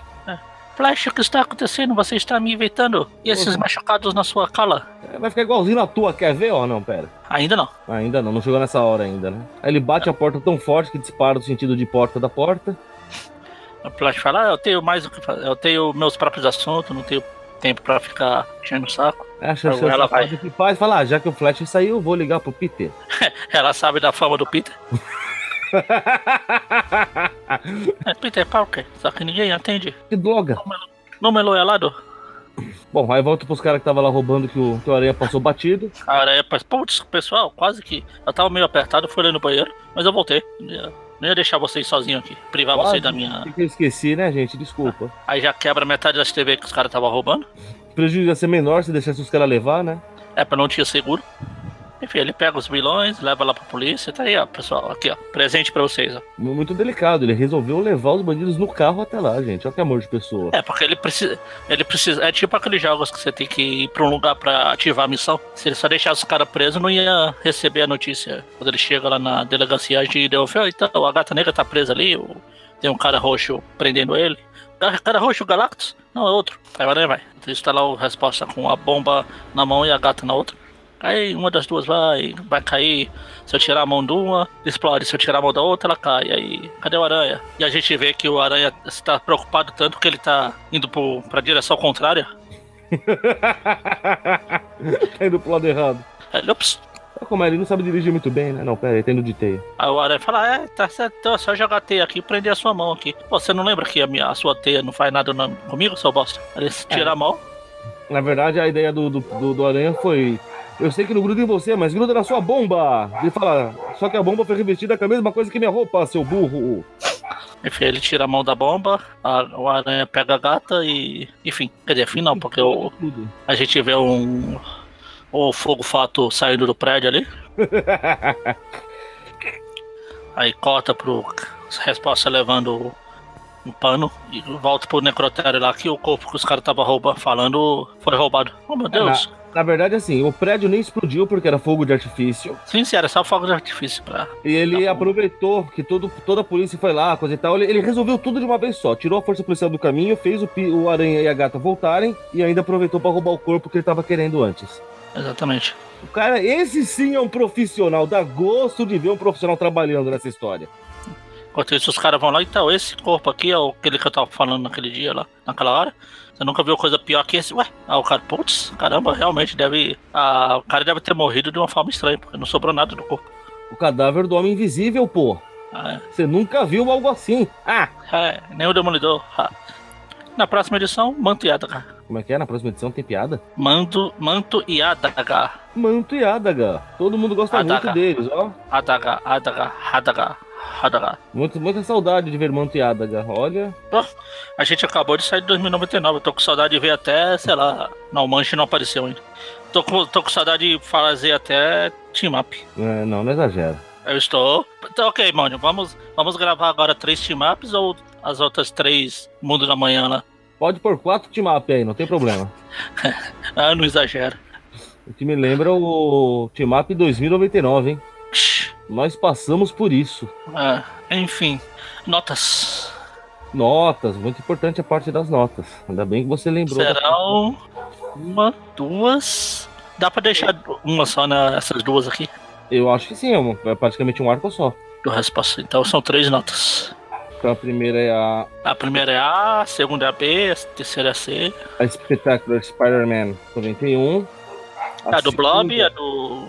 S1: Flash, o que está acontecendo? Você está me inventando. E esses
S2: Uhum.
S1: machucados na sua cala?
S2: É, Vai ficar igualzinho na tua, quer ver? Ó, não, pera.
S1: Ainda não.
S2: Ainda não, não chegou nessa hora ainda, né? Aí ele bate a porta tão forte que dispara do sentido de porta da porta.
S1: O Flash fala, ah, eu tenho mais o que fazer. Eu tenho meus próprios assuntos, não tenho tempo pra ficar enchendo o saco.
S2: Aí É, a Shashan
S1: Agora ela
S2: safada que faz, fala, ah, já que o Flash saiu, eu vou ligar pro Peter.
S1: Ela sabe da fama do Peter. É Peter Parker, só que ninguém atende.
S2: que droga.
S1: Número é lado.
S2: Bom, aí volta pros caras que tava lá roubando que o, que o Aranha passou batido.
S1: A aranha faz, é, putz, pessoal, quase que. Eu tava meio apertado, fui ali no banheiro, mas eu voltei. Não ia- não ia deixar vocês sozinhos aqui, privar
S2: Quase.
S1: vocês Tá, da minha.
S2: Que eu esqueci, né, gente? Desculpa.
S1: Aí já quebra metade das TV que os caras estavam roubando.
S2: O prejuízo ia ser menor se deixasse os caras levar, né?
S1: É, pra não tinha seguro. Enfim, ele pega os vilões, leva lá pra polícia. Tá aí, ó, pessoal. Aqui, ó. Presente pra vocês, ó.
S2: M- Muito delicado. Ele resolveu levar os bandidos no carro até lá, gente. Olha que amor de pessoa.
S1: É, porque ele precisa. Ele precisa. É tipo aqueles jogos que você tem que ir pra um lugar pra ativar a missão. Se ele só deixasse os caras presos, não ia receber a notícia. Quando ele chega lá na delegacia a gente deu, "Ó, então, a gata negra tá presa ali, o- tem um cara roxo prendendo ele. Cara, cara roxo, Galactus? Não, é outro. Aí vai, vai. Então, Isso tá lá o resposta com a bomba na mão e a gata na outra. Aí uma das duas vai, vai cair. Se eu tirar a mão de uma, explode. Se eu tirar a mão da outra, ela cai. Aí, cadê o aranha? E a gente vê que o aranha está preocupado tanto que ele tá indo pro, pra direção contrária.
S2: tá indo pro lado errado.
S1: Aí ele, ops.
S2: Olha como é, ele não sabe dirigir muito bem, né? Não, pera, ele tá indo de teia.
S1: Aí o aranha fala: É, tá certo, então é só jogar a teia aqui e prender a sua mão aqui. Pô, você não lembra que a, minha, a sua teia não faz nada na- comigo, seu bosta? Aí Ele tira a mão.
S2: Na verdade, a ideia do, do, do- do Aranha foi. Eu sei que não gruda em você, mas gruda na sua bomba! Ele fala, só que a bomba foi revestida com a mesma coisa que minha roupa, seu burro!
S1: Enfim, ele tira a mão da bomba. a- o aranha pega a gata e. Enfim, quer dizer, é fim não, porque o,
S2: Tudo.
S1: a gente vê um. O fogo fato saindo do prédio ali. Aí corta pro resposta levando um pano e volta pro necrotério lá que o corpo que os caras estavam roubando falando foi roubado. Oh meu Deus!
S2: Na verdade, assim, o prédio nem explodiu porque era fogo de artifício.
S1: Sim, sério, é só fogo de artifício pra.
S2: E ele
S1: Tá bom.
S2: aproveitou que todo, toda a polícia foi lá, coisa e tal. Ele, ele resolveu tudo de uma vez só. Tirou a força policial do caminho, fez o, pi- o Aranha e a gata voltarem e ainda aproveitou pra roubar o corpo que ele tava querendo antes.
S1: Exatamente.
S2: O cara, esse sim é um profissional. Dá gosto de ver um profissional trabalhando nessa história.
S1: Enquanto isso, os caras vão lá, então, esse corpo aqui é o- aquele que eu tava falando naquele dia lá, naquela hora. Você nunca viu coisa pior que esse? Ué, ah, o cara, putz, caramba, realmente deve. Ah, o cara deve ter morrido de uma forma estranha, porque não sobrou nada do corpo.
S2: O cadáver do homem invisível, pô.
S1: Ah,
S2: Você nunca viu algo assim. Ah!
S1: é, é, nem o demolidor. Ah. Na próxima edição, manto e adaga.
S2: Como é que é? Na próxima edição tem piada?
S1: Mando, manto e adaga.
S2: Manto e Adaga. Todo mundo gosta
S1: Adaga.
S2: muito deles, ó.
S1: Adaga, adaga, adaga, adaga.
S2: Muito, muita saudade de ver Manto e Adaga. Olha.
S1: A gente acabou de sair de 2099, eu tô com saudade de ver até, sei lá, não, Manche não apareceu ainda. Tô com, tô com saudade de fazer até team up.
S2: É, não, não exagera.
S1: Eu estou. Então, ok, mano, vamos, vamos gravar agora três team-ups ou as outras três Mundo da Manhã né? lá?
S2: Pode pôr quatro team-up aí, não tem problema.
S1: Ah, não exagero.
S2: O que me lembra o team-up 2099, hein?
S1: Shhh.
S2: Nós passamos por isso.
S1: Ah, enfim, notas.
S2: Notas, muito importante a parte das notas. Ainda bem que você lembrou.
S1: Serão uma, duas. Dá pra deixar uma só nessas duas aqui?
S2: Eu acho que sim, é, um- é praticamente um arco só.
S1: Do resposta. Então são três notas.
S2: Então a primeira é a,
S1: A primeira é A, a segunda é a B, a terceira é a C.
S2: um. a Spectacular Spider-Man 91.
S1: A, É do Blob, a do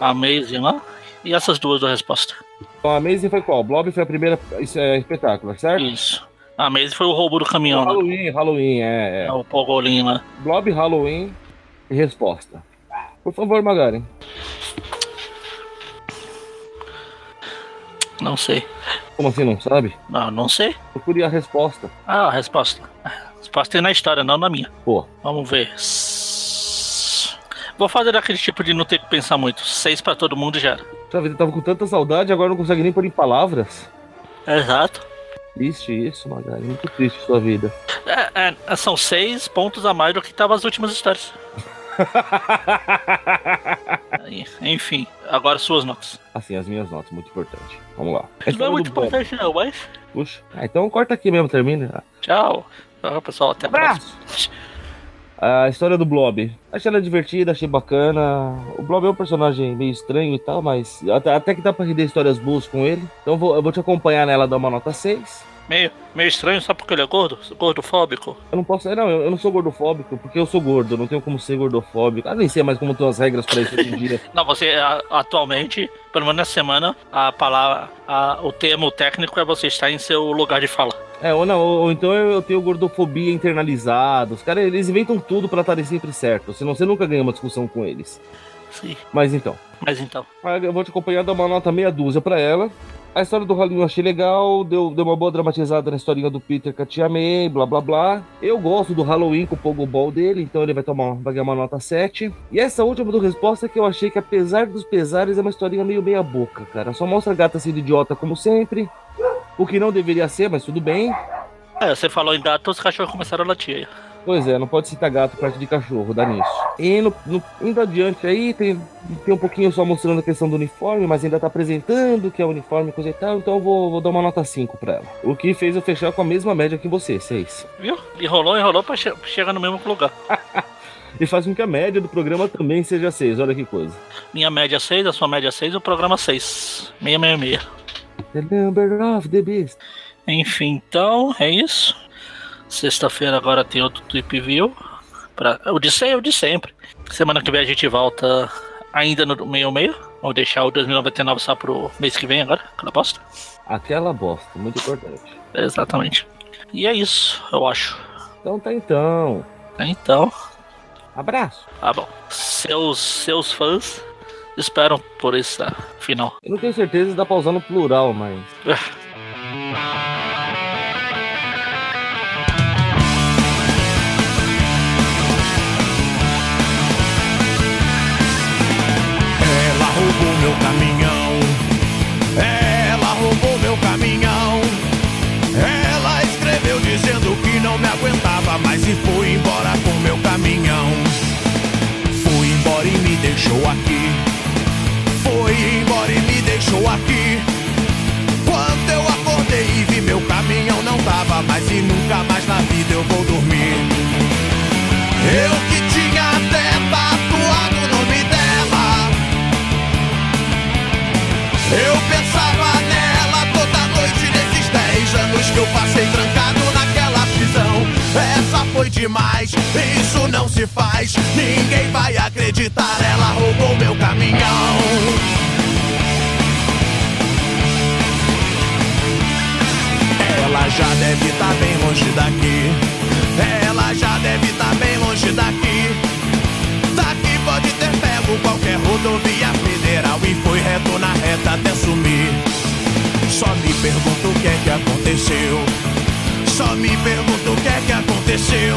S1: Amazing lá. E essas duas da resposta.
S2: Então, a Amazing foi qual? Blob foi a primeira isso é, espetáculo, certo?
S1: Isso. A Amazing foi o roubo do caminhão né? lá.
S2: Halloween, Halloween, é, é.
S1: O Pogolim lá.
S2: Blob, Halloween e resposta. Por favor, Magaren.
S1: Não sei.
S2: Como assim não sabe?
S1: Não, não sei.
S2: Procure a resposta.
S1: Ah, a resposta. A resposta é na história, não na minha.
S2: Pô,
S1: Vamos ver. Vou fazer daquele tipo de não ter que pensar muito. Seis pra todo mundo já. era.
S2: sua vida tava com tanta saudade, agora não consegue nem pôr em palavras.
S1: Exato.
S2: Triste isso, Magaren. Muito triste sua vida.
S1: É, é, são seis pontos a mais do que tava as últimas histórias. Aí, Enfim, agora suas notas.
S2: Assim, as minhas notas, muito importante. Vamos lá. A
S1: Não é
S2: história
S1: muito
S2: do Bob.
S1: importante, não, mas.
S2: Puxa. Ah, então corta aqui mesmo, termina.
S1: Tchau. Tchau, pessoal. Até a próxima.
S2: Abraço! A história do Blob. Achei ela divertida, achei bacana. O Blob é um personagem meio estranho e tal, mas até, até que dá pra render histórias boas com ele. Então vou- eu vou te acompanhar nela, dar uma nota 6.
S1: Meio, meio estranho, só porque ele é gordo? Gordofóbico?
S2: Eu não posso. Não, eu, eu não sou gordofóbico, porque eu sou gordo, eu não tenho como ser gordofóbico. Ah, nem sei mais como estão as regras pra isso hoje em dia.
S1: Não, você a- atualmente, pelo menos na semana, a palavra, a- o termo técnico é você estar em seu lugar de fala.
S2: É, ou não, ou, ou então eu, eu tenho gordofobia internalizada. Os caras, eles inventam tudo pra estarem sempre certo, senão você nunca ganha uma discussão com eles.
S1: Sim.
S2: Mas então.
S1: Mas então,
S2: Olha, Eu vou te acompanhar, dar uma nota meia dúzia pra ela. A história do Rolinho eu achei legal, deu, deu uma boa dramatizada na historinha do Peter que a tia May, blá blá blá. Eu gosto do Halloween com o Pogobol dele, então ele vai tomar vai ganhar uma nota 7. E essa última do resposta que eu achei que, apesar dos pesares, é uma historinha meio meia boca, cara. Só mostra a gata sendo idiota como sempre. O que não deveria ser, mas tudo bem.
S1: é, você falou em gato, os cachorros começaram a latir aí.
S2: Pois é, não pode citar gato perto de cachorro, dá nisso. E no- no- indo adiante aí, tem, tem um pouquinho só mostrando a questão do uniforme, mas ainda tá apresentando que é o uniforme e coisa e tal, então eu vou, vou dar uma nota 5 pra ela. O que fez eu fechar com a mesma média que você, 6.
S1: Viu? Enrolou, enrolou pra, che- pra chegar no mesmo lugar.
S2: E faz com que a média do programa também seja 6, olha que coisa.
S1: Minha média 6, a sua média 6, o programa 6. 666.
S2: The number of the beast.
S1: Enfim, então, é isso. Sexta-feira agora tem outro Trip View. Pra... O de sempre, é o de sempre. Semana que vem a gente volta ainda no meio-meio. Vamos deixar o 2099 só pro mês que vem agora, aquela bosta.
S2: Aquela bosta, muito importante.
S1: Exatamente. E é isso, eu acho.
S2: Então tá então.
S1: Então,
S2: Abraço.
S1: tá bom. Seus, seus fãs esperam por essa final.
S2: Eu não tenho certeza se dá pra usar no plural, mas...
S3: Ela roubou meu caminhão. Ela roubou meu caminhão. Ela escreveu dizendo que não me aguentava mais e foi embora com meu caminhão. Foi embora e me deixou aqui. Foi embora e me deixou aqui. Quando eu acordei e vi meu caminhão não tava mais e nunca mais na vida eu vou dormir. Eu que tinha até tatuado o nome dela. Eu pensava nela toda noite nesses 10 anos que eu passei trancado naquela prisão. Essa foi demais, isso não se faz. Ninguém vai acreditar, ela roubou meu caminhão. Ela já deve estar bem longe daqui. Ela já deve estar bem longe daqui. Daqui pode ter pego qualquer rodovia federal e foi reto na reta até sumir. Só me pergunto o que é que aconteceu. Só me pergunto o que é que aconteceu.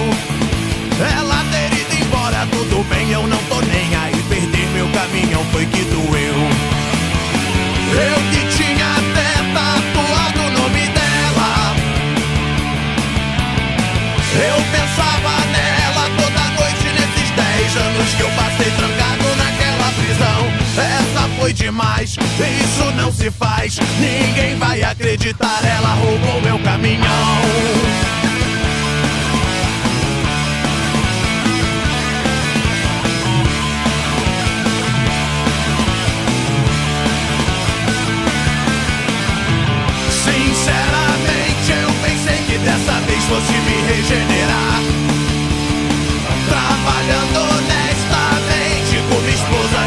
S3: Ela ter ido embora, tudo bem, eu não tô nem aí. Perder meu caminhão foi que doeu. Eu que tinha até tatuado o nome dela. Eu pensava nela toda noite nesses 10 anos que eu passei trancado naquela prisão. Essa foi demais, isso não se faz. Ninguém vai acreditar, ela roubou meu caminhão. Sinceramente eu pensei que dessa vez fosse me regenerar Trabalhando honestamente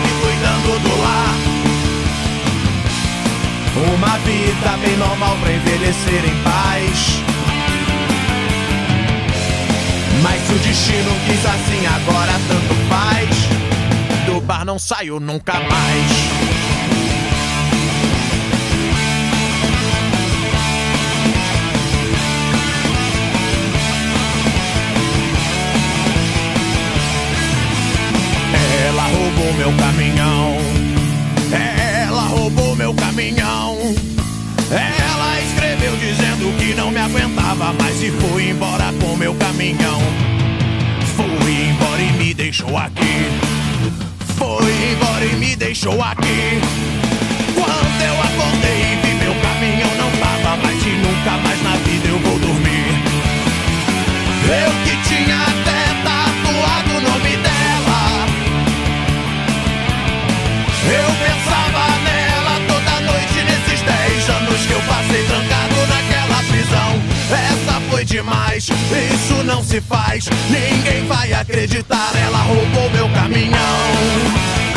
S3: e tá bem normal pra envelhecer em paz. Mas se o destino quis assim, agora tanto faz. Do bar não saiu nunca mais. Ela roubou meu caminhão. Ela roubou meu caminhão. Ela escreveu dizendo que não me aguentava mais e fui embora com meu caminhão. Fui embora e me deixou aqui. Foi embora e me deixou aqui. Quando eu acordei e vi meu caminhão não tava mais e nunca mais na vida eu vou dormir. Eu que tinha até tatuado o nome dela. Eu pensava nela toda noite nesses 10 anos que eu passei trancado naquela prisão. Essa foi demais, isso não se faz. Ninguém vai acreditar, ela roubou meu caminhão.